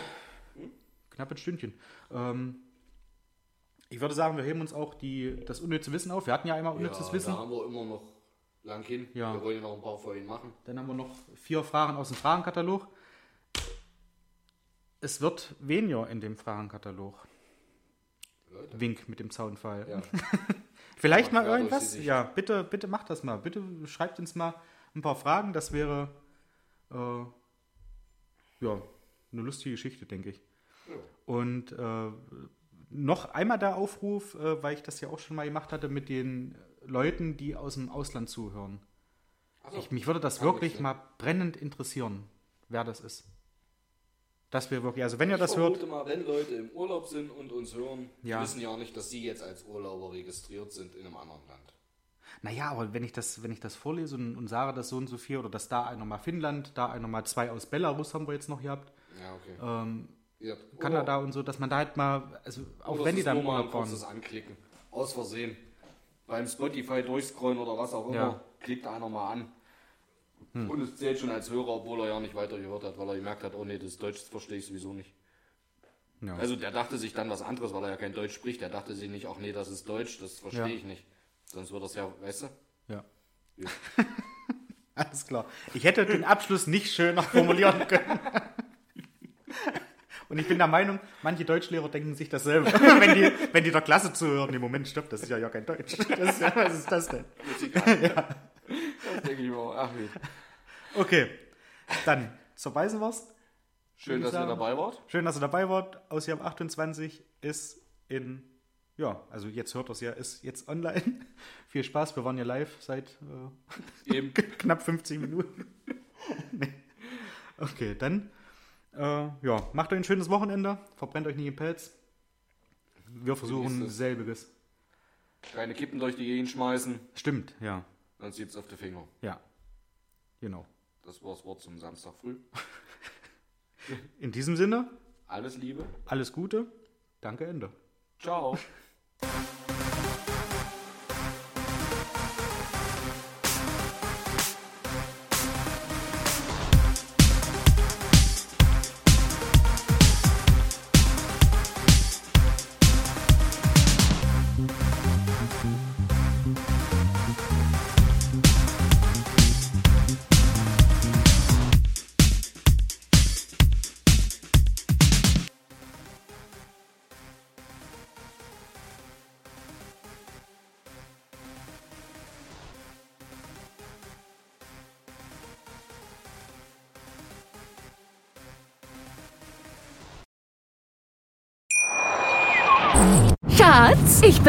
Knapp ein Stündchen. Ähm, ich würde sagen, wir heben uns auch die, das unnütze Wissen auf. Wir hatten ja einmal unnützes
ja,
Wissen.
Da haben wir immer noch lang hin.
Ja.
Wir wollen ja noch ein paar Folgen machen.
Dann haben wir noch vier Fragen aus dem Fragenkatalog. Es wird weniger in dem Fragenkatalog.
Leute.
Wink mit dem Zaunfall.
Ja.
[LAUGHS] Vielleicht
Macht
mal
Werbung für
irgendwas.
sich.
Ja, bitte, bitte macht das mal. Bitte schreibt uns mal ein paar Fragen. Das wäre äh, ja eine lustige Geschichte, denke ich. Und äh, noch einmal der Aufruf, äh, weil ich das ja auch schon mal gemacht hatte, mit den Leuten, die aus dem Ausland zuhören.
Also,
ich, mich würde das wirklich mal brennend interessieren, wer das ist. Das wäre wirklich, also wenn ihr das
ich
hört,
vermute mal, wenn Leute im Urlaub sind und uns hören,
Ja.
die wissen ja auch nicht, dass sie jetzt als Urlauber registriert sind in einem anderen Land.
naja, aber wenn ich das, wenn ich das vorlese und, und sage, dass so und so viel, oder dass da einer mal Finnland, da einer mal zwei aus Belarus haben wir jetzt noch gehabt,
Ja, okay.
ähm,
ja.
Kanada und so, dass man da halt mal, also auch
Oder
wenn
es
die
ist
dann
nur mal ein
Urlaub waren.
kurzes Anklicken. Aus Versehen. Beim Spotify durchscrollen oder was auch immer,
Ja. Hm.
klickt einer mal an. Und es zählt schon als Hörer, obwohl er ja nicht weiter gehört hat, weil er gemerkt hat, oh nee, das Deutsch das verstehe ich sowieso nicht.
Ja.
Also der dachte sich dann was anderes, weil er ja kein Deutsch spricht. Der dachte sich nicht, ach nee, das ist Deutsch, das verstehe
Ja.
ich nicht. Sonst würde das ja, weißt du?
Ja. [LAUGHS] Alles klar. Ich hätte den Abschluss nicht schöner formulieren [LAUGHS] können. Und ich bin der Meinung, manche Deutschlehrer denken sich dasselbe, [LAUGHS] wenn die, wenn die der Klasse zuhören. Nee, Moment, stopp, das ist ja, ja kein Deutsch. Das ist, ja- was ist das denn?
Das denke ich mir auch, ach wie.
Okay, dann zur Weise war's.
Schön, dass ihr dabei wart.
Schön, dass ihr dabei wart. Ausgabe 28 ist in, ja, also jetzt hört das ja, ist jetzt online. [LAUGHS] Viel Spaß, wir waren ja live seit äh, [LAUGHS]
Eben.
knapp 50 Minuten. [LAUGHS] nee. Okay, dann, äh, ja, macht euch ein schönes Wochenende, verbrennt euch nicht im Pelz. Wir versuchen
Genießt es.
selbiges.
Keine Kippen durch die Gegend schmeißen,
Stimmt, ja,
dann sieht's auf die Finger.
ja, genau.
Das war das Wort zum Samstag früh.
In diesem Sinne,
Alles Liebe.
alles Gute, danke, Ende.
Ciao.
Schatz, ich